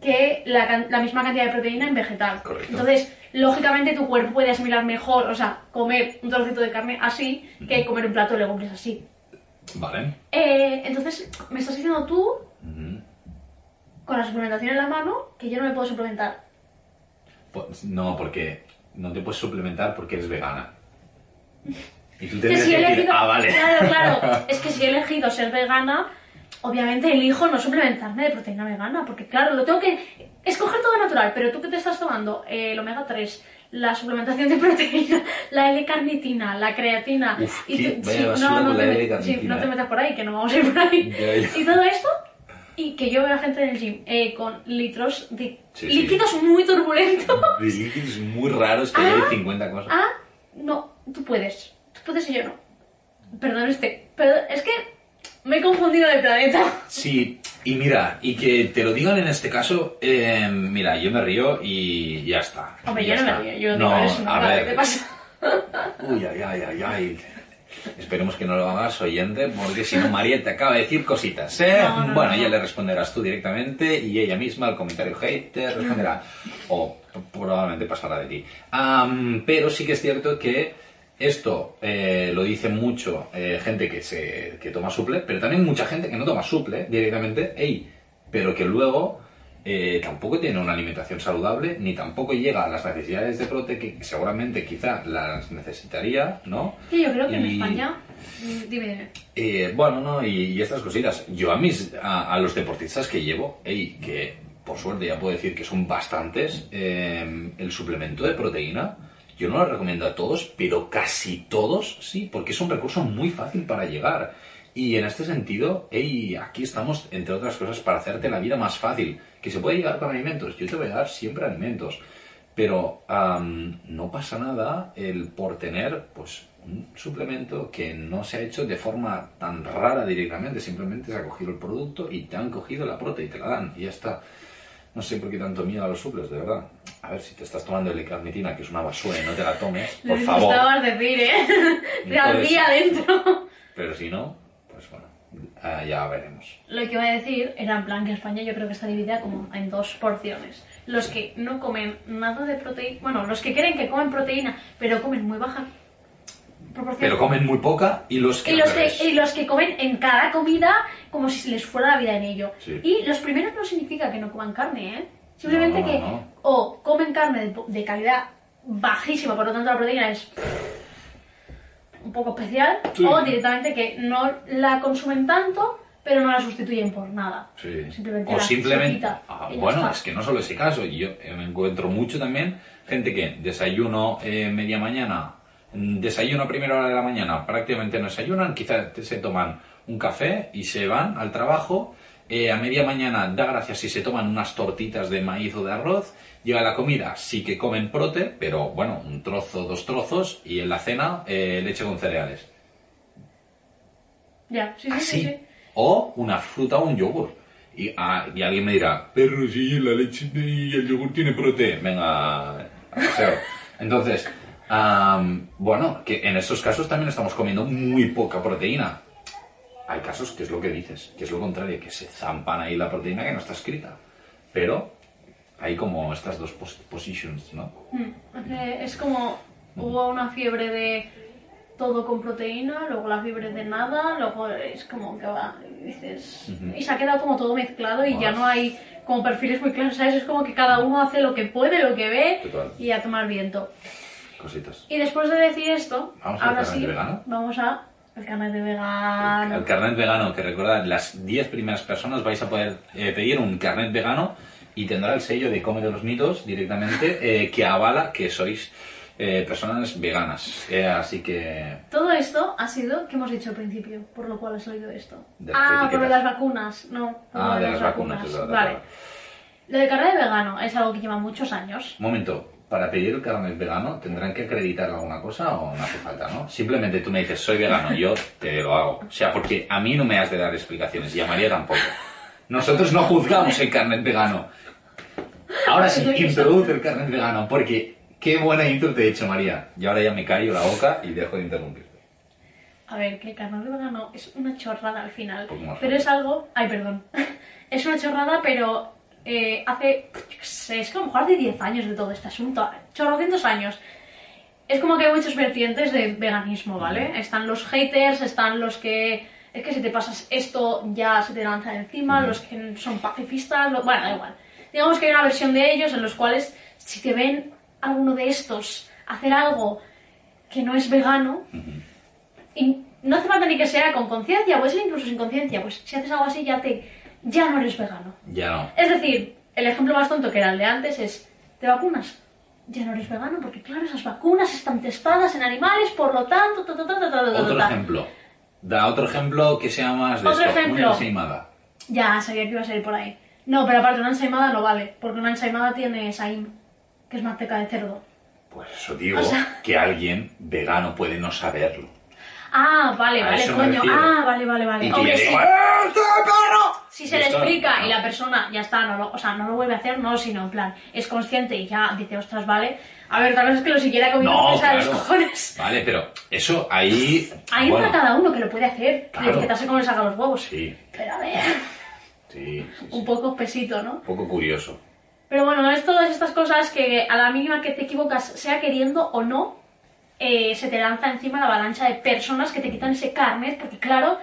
[SPEAKER 1] que la, can- la misma cantidad de proteína en vegetal.
[SPEAKER 2] Correcto.
[SPEAKER 1] Entonces, lógicamente tu cuerpo puede asimilar mejor, o sea, comer un trocito de carne así que comer un plato de legumbres así.
[SPEAKER 2] Vale. Mm-hmm.
[SPEAKER 1] Eh, entonces, me estás diciendo tú
[SPEAKER 2] Ujú.
[SPEAKER 1] con la suplementación en la mano que yo no me puedo suplementar.
[SPEAKER 2] Pues, no, porque no te puedes suplementar porque eres vegana. Y tú
[SPEAKER 1] Que
[SPEAKER 2] tendrías
[SPEAKER 1] si he
[SPEAKER 2] que decir,
[SPEAKER 1] elegido-
[SPEAKER 2] ah, vale.
[SPEAKER 1] Claro, claro. Es que si he elegido ser vegana, obviamente elijo no suplementarme de proteína vegana, porque claro, lo tengo que escoger todo natural, pero tú que te estás tomando Eh, el omega 3, la suplementación de proteína, la L-carnitina, la creatina,
[SPEAKER 2] Uf,
[SPEAKER 1] y
[SPEAKER 2] qué-
[SPEAKER 1] tú-
[SPEAKER 2] vaya
[SPEAKER 1] sí,
[SPEAKER 2] basura
[SPEAKER 1] no,
[SPEAKER 2] con
[SPEAKER 1] no,
[SPEAKER 2] la
[SPEAKER 1] te, met-
[SPEAKER 2] L-carnitina,
[SPEAKER 1] sí, no
[SPEAKER 2] eh.
[SPEAKER 1] te metas por ahí, que no vamos a ir por ahí.
[SPEAKER 2] Ya, ya.
[SPEAKER 1] Y todo esto, y que yo veo a gente en el gym eh, con litros de
[SPEAKER 2] Sí, sí.
[SPEAKER 1] líquidos muy turbulentos.
[SPEAKER 2] De líquidos muy raros que
[SPEAKER 1] Ah,
[SPEAKER 2] hay 50 cosas.
[SPEAKER 1] Ah, no, tú puedes. Tú puedes y yo no. Perdón, este. Pero es que me he confundido de planeta.
[SPEAKER 2] Sí, y mira, y que te lo digan en este caso, eh, mira, yo me río y ya está.
[SPEAKER 1] Hombre,
[SPEAKER 2] Ya
[SPEAKER 1] yo no me
[SPEAKER 2] está.
[SPEAKER 1] río. Yo
[SPEAKER 2] no,
[SPEAKER 1] digo, eres una
[SPEAKER 2] a
[SPEAKER 1] rara,
[SPEAKER 2] ver.
[SPEAKER 1] ¿qué te pasa?
[SPEAKER 2] Uy, ay, ay, ay, ay. Esperemos que no lo hagas, oyente, porque si no, María te acaba de decir cositas, ¿eh?
[SPEAKER 1] No, no,
[SPEAKER 2] bueno,
[SPEAKER 1] no.
[SPEAKER 2] ya le responderás tú directamente y ella misma al comentario hate te responderá. O p- probablemente pasará de ti. Am, pero sí que es cierto que esto eh, lo dice mucho eh, gente que, se, que toma suple, pero también mucha gente que no toma suple directamente, ey, pero que luego eh, tampoco tiene una alimentación saludable, ni tampoco llega a las necesidades de prote que seguramente quizá las necesitaría, ¿no?
[SPEAKER 1] Que yo creo que en
[SPEAKER 2] Y-
[SPEAKER 1] España. mm, Dime, dime.
[SPEAKER 2] eh, bueno, no, y, y estas cositas. Yo a mis, a, a los deportistas que llevo, ey, que por suerte ya puedo decir que son bastantes, eh, el suplemento de proteína, yo no lo recomiendo a todos, pero casi todos sí, porque es un recurso muy fácil para llegar. Y en este sentido, ey, aquí estamos, entre otras cosas, para hacerte la vida más fácil, que se puede llegar con alimentos. Yo te voy a dar siempre alimentos. Pero am, no pasa nada el por tener pues un suplemento que no se ha hecho de forma tan rara directamente, simplemente se ha cogido el producto y te han cogido la prote y te la dan y ya está. No sé por qué tanto miedo a los suples, de verdad. A ver, si te estás tomando L-carnitina, que es una basura y no te la tomes, por
[SPEAKER 1] Lo
[SPEAKER 2] favor.
[SPEAKER 1] necesitabas
[SPEAKER 2] Pues
[SPEAKER 1] decir, ¿eh? De al
[SPEAKER 2] Puedes.
[SPEAKER 1] día adentro.
[SPEAKER 2] Pero si no, pues bueno, ah, ya veremos.
[SPEAKER 1] Lo que iba a decir era en plan que España yo creo que está dividida como en dos porciones. Los que no comen nada de proteína. Bueno, los que creen que comen proteína, pero comen muy baja proporción.
[SPEAKER 2] Pero comen muy poca y los que...
[SPEAKER 1] Y
[SPEAKER 2] al
[SPEAKER 1] los, que,
[SPEAKER 2] revés.
[SPEAKER 1] y los que comen en cada comida como si se les fuera la vida en ello.
[SPEAKER 2] Sí.
[SPEAKER 1] Y los primeros no significa que no coman carne, ¿eh? Simplemente
[SPEAKER 2] No, no,
[SPEAKER 1] que
[SPEAKER 2] no.
[SPEAKER 1] o comen carne de, po- de calidad bajísima, por lo tanto la proteína es un poco especial,
[SPEAKER 2] Sí.
[SPEAKER 1] o directamente que no la consumen tanto, pero no la sustituyen por nada.
[SPEAKER 2] Sí.
[SPEAKER 1] Simplemente
[SPEAKER 2] o
[SPEAKER 1] la
[SPEAKER 2] simplemente.
[SPEAKER 1] sopita
[SPEAKER 2] Ah,
[SPEAKER 1] y ya
[SPEAKER 2] bueno,
[SPEAKER 1] está.
[SPEAKER 2] es que no solo ese caso. Yo eh, me encuentro mucho también gente que desayuno eh, media mañana, mm, desayuno a primera hora de la mañana, prácticamente no desayunan, quizás te- se toman un café y se van al trabajo. eh, a media mañana da gracias si se toman unas tortitas de maíz o de arroz Lleva la comida, sí que comen prote, pero bueno, un trozo, dos trozos, y en la cena eh, leche con cereales.
[SPEAKER 1] Ah, Ya, sí, sí, sí,
[SPEAKER 2] Así.
[SPEAKER 1] sí.
[SPEAKER 2] O una fruta o un yogur. Y, ah, y alguien me dirá, perro, sí, la leche y el yogur tiene proteína. Venga, paseo. Entonces, am, bueno, que en estos casos también estamos comiendo muy poca proteína. Hay casos que es lo que dices, que es lo contrario, que se zampan ahí la proteína que no está escrita. Pero hay como estas dos pos- positions, ¿no?
[SPEAKER 1] Mm, eh, Es como hubo una fiebre de todo con proteína, luego la fiebre de nada, luego es como que va, y dices,
[SPEAKER 2] Ujú.
[SPEAKER 1] y se ha quedado como todo mezclado y ya
[SPEAKER 2] Guau.
[SPEAKER 1] no hay como perfiles muy claros, ¿sabes? Es como que cada uno hace lo que puede, lo que ve
[SPEAKER 2] Total.
[SPEAKER 1] y a tomar viento.
[SPEAKER 2] Cositas.
[SPEAKER 1] Y después de decir esto,
[SPEAKER 2] Vamos al
[SPEAKER 1] ahora
[SPEAKER 2] carnet
[SPEAKER 1] sí,
[SPEAKER 2] vegano.
[SPEAKER 1] vamos a el canal de
[SPEAKER 2] El,
[SPEAKER 1] vegano.
[SPEAKER 2] el carnet vegano, que recordad, las 10 primeras personas vais a poder eh, pedir un carnet vegano y tendrá el sello de Come de los Nidos directamente eh, que avala que sois eh, personas veganas. Eh, así que
[SPEAKER 1] Todo esto ha sido que hemos dicho al principio, por lo cual has oído esto.
[SPEAKER 2] De las
[SPEAKER 1] ah,
[SPEAKER 2] etiquetas.
[SPEAKER 1] por lo de las vacunas, no. por lo
[SPEAKER 2] Ah, de las vacunas, es verdad,
[SPEAKER 1] Vale.
[SPEAKER 2] verdad.
[SPEAKER 1] Lo de carne de vegano es algo que lleva muchos años.
[SPEAKER 2] Momento, para pedir el carnet vegano, ¿tendrán que acreditar alguna cosa o no hace falta, no? Simplemente tú me dices, soy vegano, yo te lo hago. O sea, porque a mí no me has de dar explicaciones y a María tampoco. Nosotros no juzgamos el carnet vegano. Ahora sí, introduce el carnet vegano, porque qué buena intro te he hecho, María. Y ahora ya me callo la boca y dejo de interrumpirte.
[SPEAKER 1] A ver, que el carne de vegano es una chorrada al final.
[SPEAKER 2] Poco más
[SPEAKER 1] Pero
[SPEAKER 2] fácil.
[SPEAKER 1] es algo. Ay, perdón. es una chorrada, pero eh, hace. yo qué sé, Es que a lo mejor hace 10 años de todo este asunto. Chorrocientos años. Es como que hay muchas vertientes de veganismo, ¿vale? Están los haters, están los que. Es que si te pasas esto ya se te lanza encima, los que son pacifistas, lo- bueno, da igual. Digamos que hay una versión de ellos en los cuales si te ven alguno de estos hacer algo que no es vegano, y no hace falta ni que sea con conciencia, puede ser incluso sin conciencia, pues si haces algo así ya te ya no eres vegano.
[SPEAKER 2] Ya no.
[SPEAKER 1] Es decir, el ejemplo más tonto que era el de antes es, ¿te vacunas? Ya no eres vegano porque claro, esas vacunas están testadas en animales, por lo tanto, ta, ta, ta, ta, ta, ta, ta,
[SPEAKER 2] Otro
[SPEAKER 1] ta.
[SPEAKER 2] ejemplo. Da otro ejemplo que sea más de
[SPEAKER 1] Otro
[SPEAKER 2] esto,
[SPEAKER 1] ejemplo.
[SPEAKER 2] una ensaimada.
[SPEAKER 1] Ya sabía que iba a salir por ahí. No, pero aparte una ensaimada no vale, porque una ensaimada tiene saim, que es manteca de cerdo.
[SPEAKER 2] Pues eso digo,
[SPEAKER 1] O sea-
[SPEAKER 2] que alguien vegano puede no saberlo.
[SPEAKER 1] Ah, vale,
[SPEAKER 2] A
[SPEAKER 1] vale,
[SPEAKER 2] eso me
[SPEAKER 1] coño.
[SPEAKER 2] refiero.
[SPEAKER 1] Ah, vale, vale, vale.
[SPEAKER 2] Y que
[SPEAKER 1] Hombre,
[SPEAKER 2] yo
[SPEAKER 1] sí.
[SPEAKER 2] digo, ¡Eh, esto es vegano!
[SPEAKER 1] Si se le
[SPEAKER 2] Esto,
[SPEAKER 1] explica
[SPEAKER 2] no.
[SPEAKER 1] y la persona ya está, no lo, o sea, no lo vuelve a hacer, no, sino en plan, es consciente y ya dice, ostras, vale. A ver, tal vez es que lo siguiera comiendo
[SPEAKER 2] No,
[SPEAKER 1] presa de los
[SPEAKER 2] claro.
[SPEAKER 1] cojones.
[SPEAKER 2] Vale, pero eso ahí...
[SPEAKER 1] Hay
[SPEAKER 2] bueno,
[SPEAKER 1] uno cada uno que lo puede hacer,
[SPEAKER 2] Claro.
[SPEAKER 1] de etiquetarse como le saca los huevos.
[SPEAKER 2] Sí,
[SPEAKER 1] Pero a ver,
[SPEAKER 2] sí, sí, sí.
[SPEAKER 1] un poco pesito, ¿no?
[SPEAKER 2] Un poco curioso.
[SPEAKER 1] Pero bueno, es todas estas cosas que a la mínima que te equivocas, sea queriendo o no, eh, se te lanza encima la avalancha de personas que te quitan ese carnet, porque claro,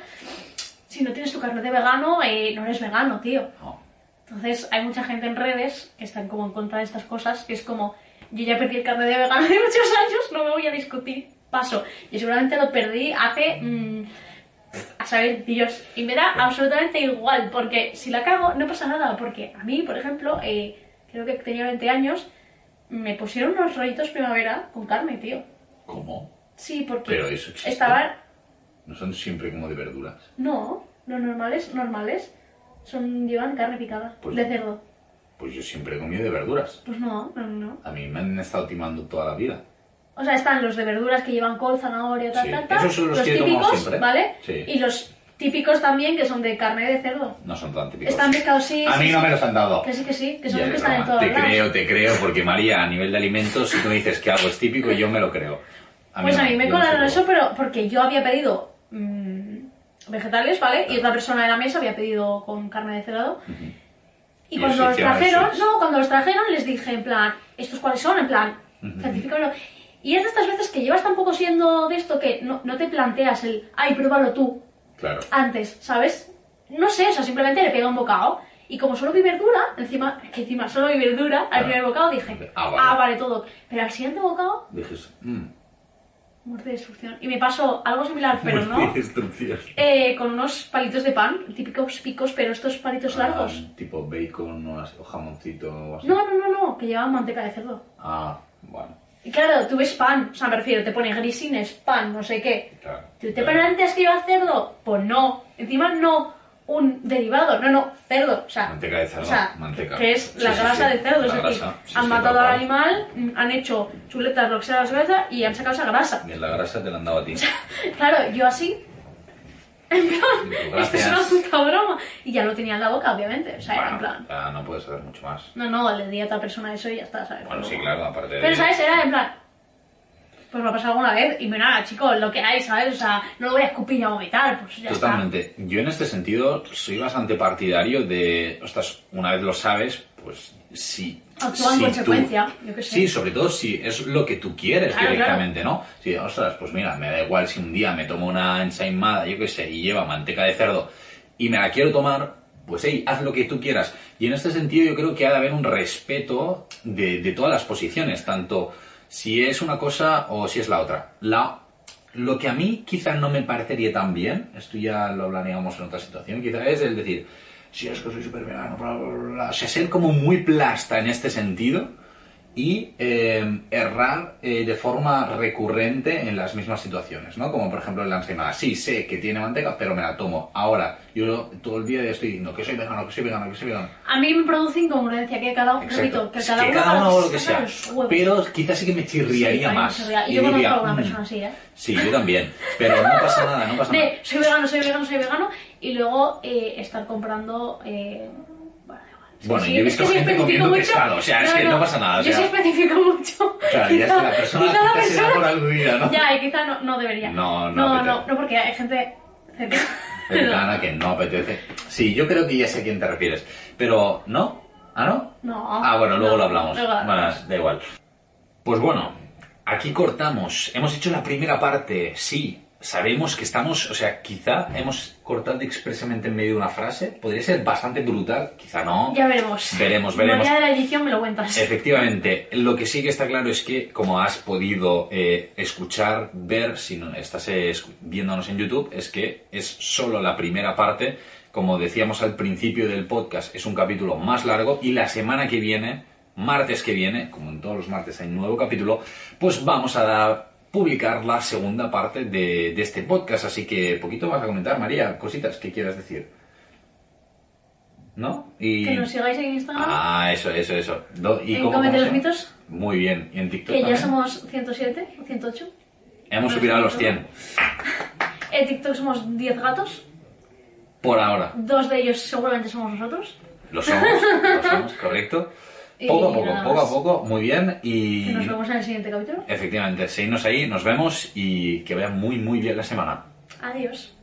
[SPEAKER 1] si no tienes tu carnet de vegano, eh, no eres vegano, tío.
[SPEAKER 2] No.
[SPEAKER 1] Entonces hay mucha gente en redes que están como en contra de estas cosas, que es como, yo ya perdí el carnet de vegano hace muchos años, no me voy a discutir, paso. Y seguramente lo perdí hace, mm, a saber, Dios, y me da absolutamente igual, porque si la cago no pasa nada, porque a mí, por ejemplo, eh, creo que tenía 20 años, me pusieron unos rollitos primavera con carne, tío.
[SPEAKER 2] ¿Cómo?
[SPEAKER 1] Sí, porque
[SPEAKER 2] Pero eso existe.
[SPEAKER 1] estaban...
[SPEAKER 2] No son siempre como de verduras.
[SPEAKER 1] No, los normales, normales, son llevan carne picada,
[SPEAKER 2] Pues-
[SPEAKER 1] de cerdo.
[SPEAKER 2] Pues yo siempre he comido de verduras.
[SPEAKER 1] Pues no, no, no.
[SPEAKER 2] A mí me han estado timando toda la vida.
[SPEAKER 1] O sea, están los de verduras que llevan col, zanahoria, tal,
[SPEAKER 2] Sí,
[SPEAKER 1] tal, tal.
[SPEAKER 2] esos son los que he tomado
[SPEAKER 1] típicos,
[SPEAKER 2] siempre.
[SPEAKER 1] ¿vale?
[SPEAKER 2] Sí.
[SPEAKER 1] Y los típicos también que son de carne de cerdo.
[SPEAKER 2] No son tan típicos.
[SPEAKER 1] Están pescados, sí.
[SPEAKER 2] A
[SPEAKER 1] sí,
[SPEAKER 2] mí no
[SPEAKER 1] sí.
[SPEAKER 2] me los han dado.
[SPEAKER 1] Que sí, que sí, que son
[SPEAKER 2] Ya
[SPEAKER 1] los que
[SPEAKER 2] es
[SPEAKER 1] están en todos
[SPEAKER 2] broma. Te
[SPEAKER 1] lados.
[SPEAKER 2] creo, te creo, porque María, a nivel de alimentos, si tú me dices que algo es típico, yo me lo creo.
[SPEAKER 1] pues
[SPEAKER 2] no,
[SPEAKER 1] a mí me
[SPEAKER 2] yo no
[SPEAKER 1] colaron
[SPEAKER 2] sé
[SPEAKER 1] eso,
[SPEAKER 2] cómo.
[SPEAKER 1] pero porque yo había pedido mm, vegetales, ¿vale? Y otra persona de la mesa había pedido con carne de cerdo. Y
[SPEAKER 2] Y
[SPEAKER 1] cuando
[SPEAKER 2] os
[SPEAKER 1] los
[SPEAKER 2] hicieron
[SPEAKER 1] trajeron,
[SPEAKER 2] eso.
[SPEAKER 1] no, cuando los trajeron les dije en plan, ¿estos cuáles son? En plan, certifícalo. Y es de estas veces que llevas tampoco siendo de esto que no, no te planteas el, ay, pruébalo tú,
[SPEAKER 2] Claro.
[SPEAKER 1] antes, ¿sabes? No sé, o sea, simplemente le pega un bocado. Y como solo vi verdura, encima, que encima solo vi verdura, al
[SPEAKER 2] Claro.
[SPEAKER 1] primer bocado dije,
[SPEAKER 2] Ah,
[SPEAKER 1] ah
[SPEAKER 2] vale.
[SPEAKER 1] vale. todo. Pero al siguiente bocado,
[SPEAKER 2] Dices, mm,
[SPEAKER 1] muerte de destrucción. Y me pasó algo similar, pero
[SPEAKER 2] muerte
[SPEAKER 1] no.
[SPEAKER 2] y destrucción.
[SPEAKER 1] eh, con unos palitos de pan, típicos picos, pero estos palitos largos.
[SPEAKER 2] Ah, tipo bacon o, así, o jamoncito o así.
[SPEAKER 1] No, no, no, no, que llevaban manteca de cerdo.
[SPEAKER 2] Ah, bueno.
[SPEAKER 1] Y claro, tú ves pan, o sea, me refiero, te pone grisines, pan, no sé qué.
[SPEAKER 2] Claro.
[SPEAKER 1] ¿Tú te planteas que lleva cerdo? Pues no, encima no. un derivado, no, no, cerdo, o sea,
[SPEAKER 2] Manteca de cerdo,
[SPEAKER 1] o sea,
[SPEAKER 2] manteca.
[SPEAKER 1] que es la
[SPEAKER 2] Sí, sí,
[SPEAKER 1] grasa
[SPEAKER 2] sí,
[SPEAKER 1] de cerdo,
[SPEAKER 2] la
[SPEAKER 1] es decir,
[SPEAKER 2] grasa, sí,
[SPEAKER 1] han
[SPEAKER 2] sí,
[SPEAKER 1] matado
[SPEAKER 2] tal
[SPEAKER 1] al
[SPEAKER 2] cual.
[SPEAKER 1] animal, mm, han hecho chuletas roxeras a la cabeza y han sacado esa grasa.
[SPEAKER 2] Y en la grasa te la han dado a ti.
[SPEAKER 1] Claro, yo así, en
[SPEAKER 2] Y tú,
[SPEAKER 1] plan, esto es una
[SPEAKER 2] pues, gracias.
[SPEAKER 1] puta broma. Y ya lo tenía en la boca, obviamente, o sea, era en plan,
[SPEAKER 2] Bueno, ya no puedes saber mucho más.
[SPEAKER 1] no, no, le di a otra persona eso y ya está, ¿sabes?
[SPEAKER 2] Bueno,
[SPEAKER 1] Pero-
[SPEAKER 2] sí, claro, aparte de...
[SPEAKER 1] Pero, ¿sabes? Era en plan, pues me ha pasado alguna vez y, mira, chicos, lo que hay, ¿sabes? O sea, no lo voy a escupir y a vomitar, pues ya está.
[SPEAKER 2] Totalmente. Yo en este sentido soy bastante partidario de, ostras, una vez lo sabes, pues sí.
[SPEAKER 1] Actúa en
[SPEAKER 2] sí,
[SPEAKER 1] consecuencia, yo qué sé.
[SPEAKER 2] Sí, sobre todo si es lo que tú quieres
[SPEAKER 1] Claro,
[SPEAKER 2] directamente, ¿no? Sí, ostras, pues mira, me da igual si un día me tomo una ensaimada, yo qué sé, y lleva manteca de cerdo y me la quiero tomar, pues hey, haz lo que tú quieras. Y en este sentido yo creo que ha de haber un respeto de, de todas las posiciones, tanto si es una cosa o si es la otra. La, lo que a mí quizás no me parecería tan bien, esto ya lo planeamos en otra situación, quizás es el decir, si es que soy súper vegano, bla, bla, bla, bla. O sea, ser como muy plasta en este sentido y eh, errar eh, de forma recurrente en las mismas situaciones, ¿no? Como por ejemplo en la ensaimada. Sí, sé que tiene manteca, pero me la tomo. Ahora, yo todo el día estoy diciendo que soy vegano, que soy vegano, que soy vegano.
[SPEAKER 1] A mí me produce incongruencia que cada uno, repito, que
[SPEAKER 2] Es
[SPEAKER 1] cada
[SPEAKER 2] que
[SPEAKER 1] uno
[SPEAKER 2] cada
[SPEAKER 1] haga
[SPEAKER 2] uno haga lo que
[SPEAKER 1] se saca
[SPEAKER 2] sea.
[SPEAKER 1] los huevos.
[SPEAKER 2] Pero quizás sí que me
[SPEAKER 1] Sí,
[SPEAKER 2] chirriaría
[SPEAKER 1] a mí me
[SPEAKER 2] más.
[SPEAKER 1] chirría. Y
[SPEAKER 2] Y
[SPEAKER 1] yo conozco
[SPEAKER 2] diría,
[SPEAKER 1] a una
[SPEAKER 2] "Mm,
[SPEAKER 1] persona así, ¿eh?
[SPEAKER 2] Sí, yo también. Pero no pasa nada, no pasa nada.
[SPEAKER 1] De, soy vegano, soy vegano, soy vegano, y luego eh, estar comprando... eh, bueno, da igual. Es
[SPEAKER 2] Bueno,
[SPEAKER 1] que
[SPEAKER 2] yo he visto
[SPEAKER 1] es que
[SPEAKER 2] gente
[SPEAKER 1] especifico
[SPEAKER 2] comiendo pescado, o sea, es que no pasa nada, o
[SPEAKER 1] Yo
[SPEAKER 2] sea.
[SPEAKER 1] sí especifico mucho.
[SPEAKER 2] Claro, ya es que la persona
[SPEAKER 1] quizá la
[SPEAKER 2] quizás se da
[SPEAKER 1] persona-
[SPEAKER 2] por aludida, ¿no?
[SPEAKER 1] Ya, y quizá no, no debería.
[SPEAKER 2] No, no
[SPEAKER 1] No,
[SPEAKER 2] apetece.
[SPEAKER 1] no, no, porque hay gente cercana.
[SPEAKER 2] Cercana que no apetece. Sí, yo creo que ya sé a quién te refieres. Pero, ¿no? ¿Ah, no?
[SPEAKER 1] No.
[SPEAKER 2] Ah, bueno, luego
[SPEAKER 1] No,
[SPEAKER 2] lo hablamos.
[SPEAKER 1] luego lo hablamos.
[SPEAKER 2] Bueno, da igual. Pues bueno, aquí cortamos. Hemos hecho la primera parte, sí. Sabemos que estamos, o sea, quizá hemos cortado expresamente en medio de una frase. Podría ser bastante brutal, quizá no.
[SPEAKER 1] Ya veremos.
[SPEAKER 2] Veremos, veremos.
[SPEAKER 1] El
[SPEAKER 2] Eh,
[SPEAKER 1] día de la edición me lo cuentas.
[SPEAKER 2] Efectivamente, lo que sí que está claro es que, como has podido eh, escuchar, ver, si no estás eh, escu- viéndonos en YouTube, es que es solo la primera parte. Como decíamos al principio del podcast, es un capítulo más largo y la semana que viene, martes que viene, como en todos los martes hay un nuevo capítulo, pues vamos a dar- publicar la segunda parte de, de este podcast. Así que poquito vas a comentar, María, cositas que quieras decir. ¿No? Y...
[SPEAKER 1] Que nos sigáis en Instagram.
[SPEAKER 2] Ah, eso, eso, eso. Do- ¿Y
[SPEAKER 1] ¿En
[SPEAKER 2] cómo
[SPEAKER 1] Comete los
[SPEAKER 2] cómo se llama?
[SPEAKER 1] mitos?
[SPEAKER 2] Muy bien. ¿Y en TikTok
[SPEAKER 1] Que ya
[SPEAKER 2] también?
[SPEAKER 1] somos 107 o 108.
[SPEAKER 2] Hemos
[SPEAKER 1] no
[SPEAKER 2] superado
[SPEAKER 1] sé,
[SPEAKER 2] los 100.
[SPEAKER 1] En TikTok somos 10 gatos.
[SPEAKER 2] Por ahora.
[SPEAKER 1] Dos de ellos seguramente somos nosotros.
[SPEAKER 2] Lo somos, lo somos, correcto.
[SPEAKER 1] Y
[SPEAKER 2] Poco a poco,
[SPEAKER 1] nada
[SPEAKER 2] poco a
[SPEAKER 1] más.
[SPEAKER 2] poco. Muy bien.
[SPEAKER 1] Que
[SPEAKER 2] Y
[SPEAKER 1] nos vemos en el siguiente capítulo.
[SPEAKER 2] efectivamente, seguidnos ahí, nos vemos y que vaya muy, muy bien la semana.
[SPEAKER 1] Adiós.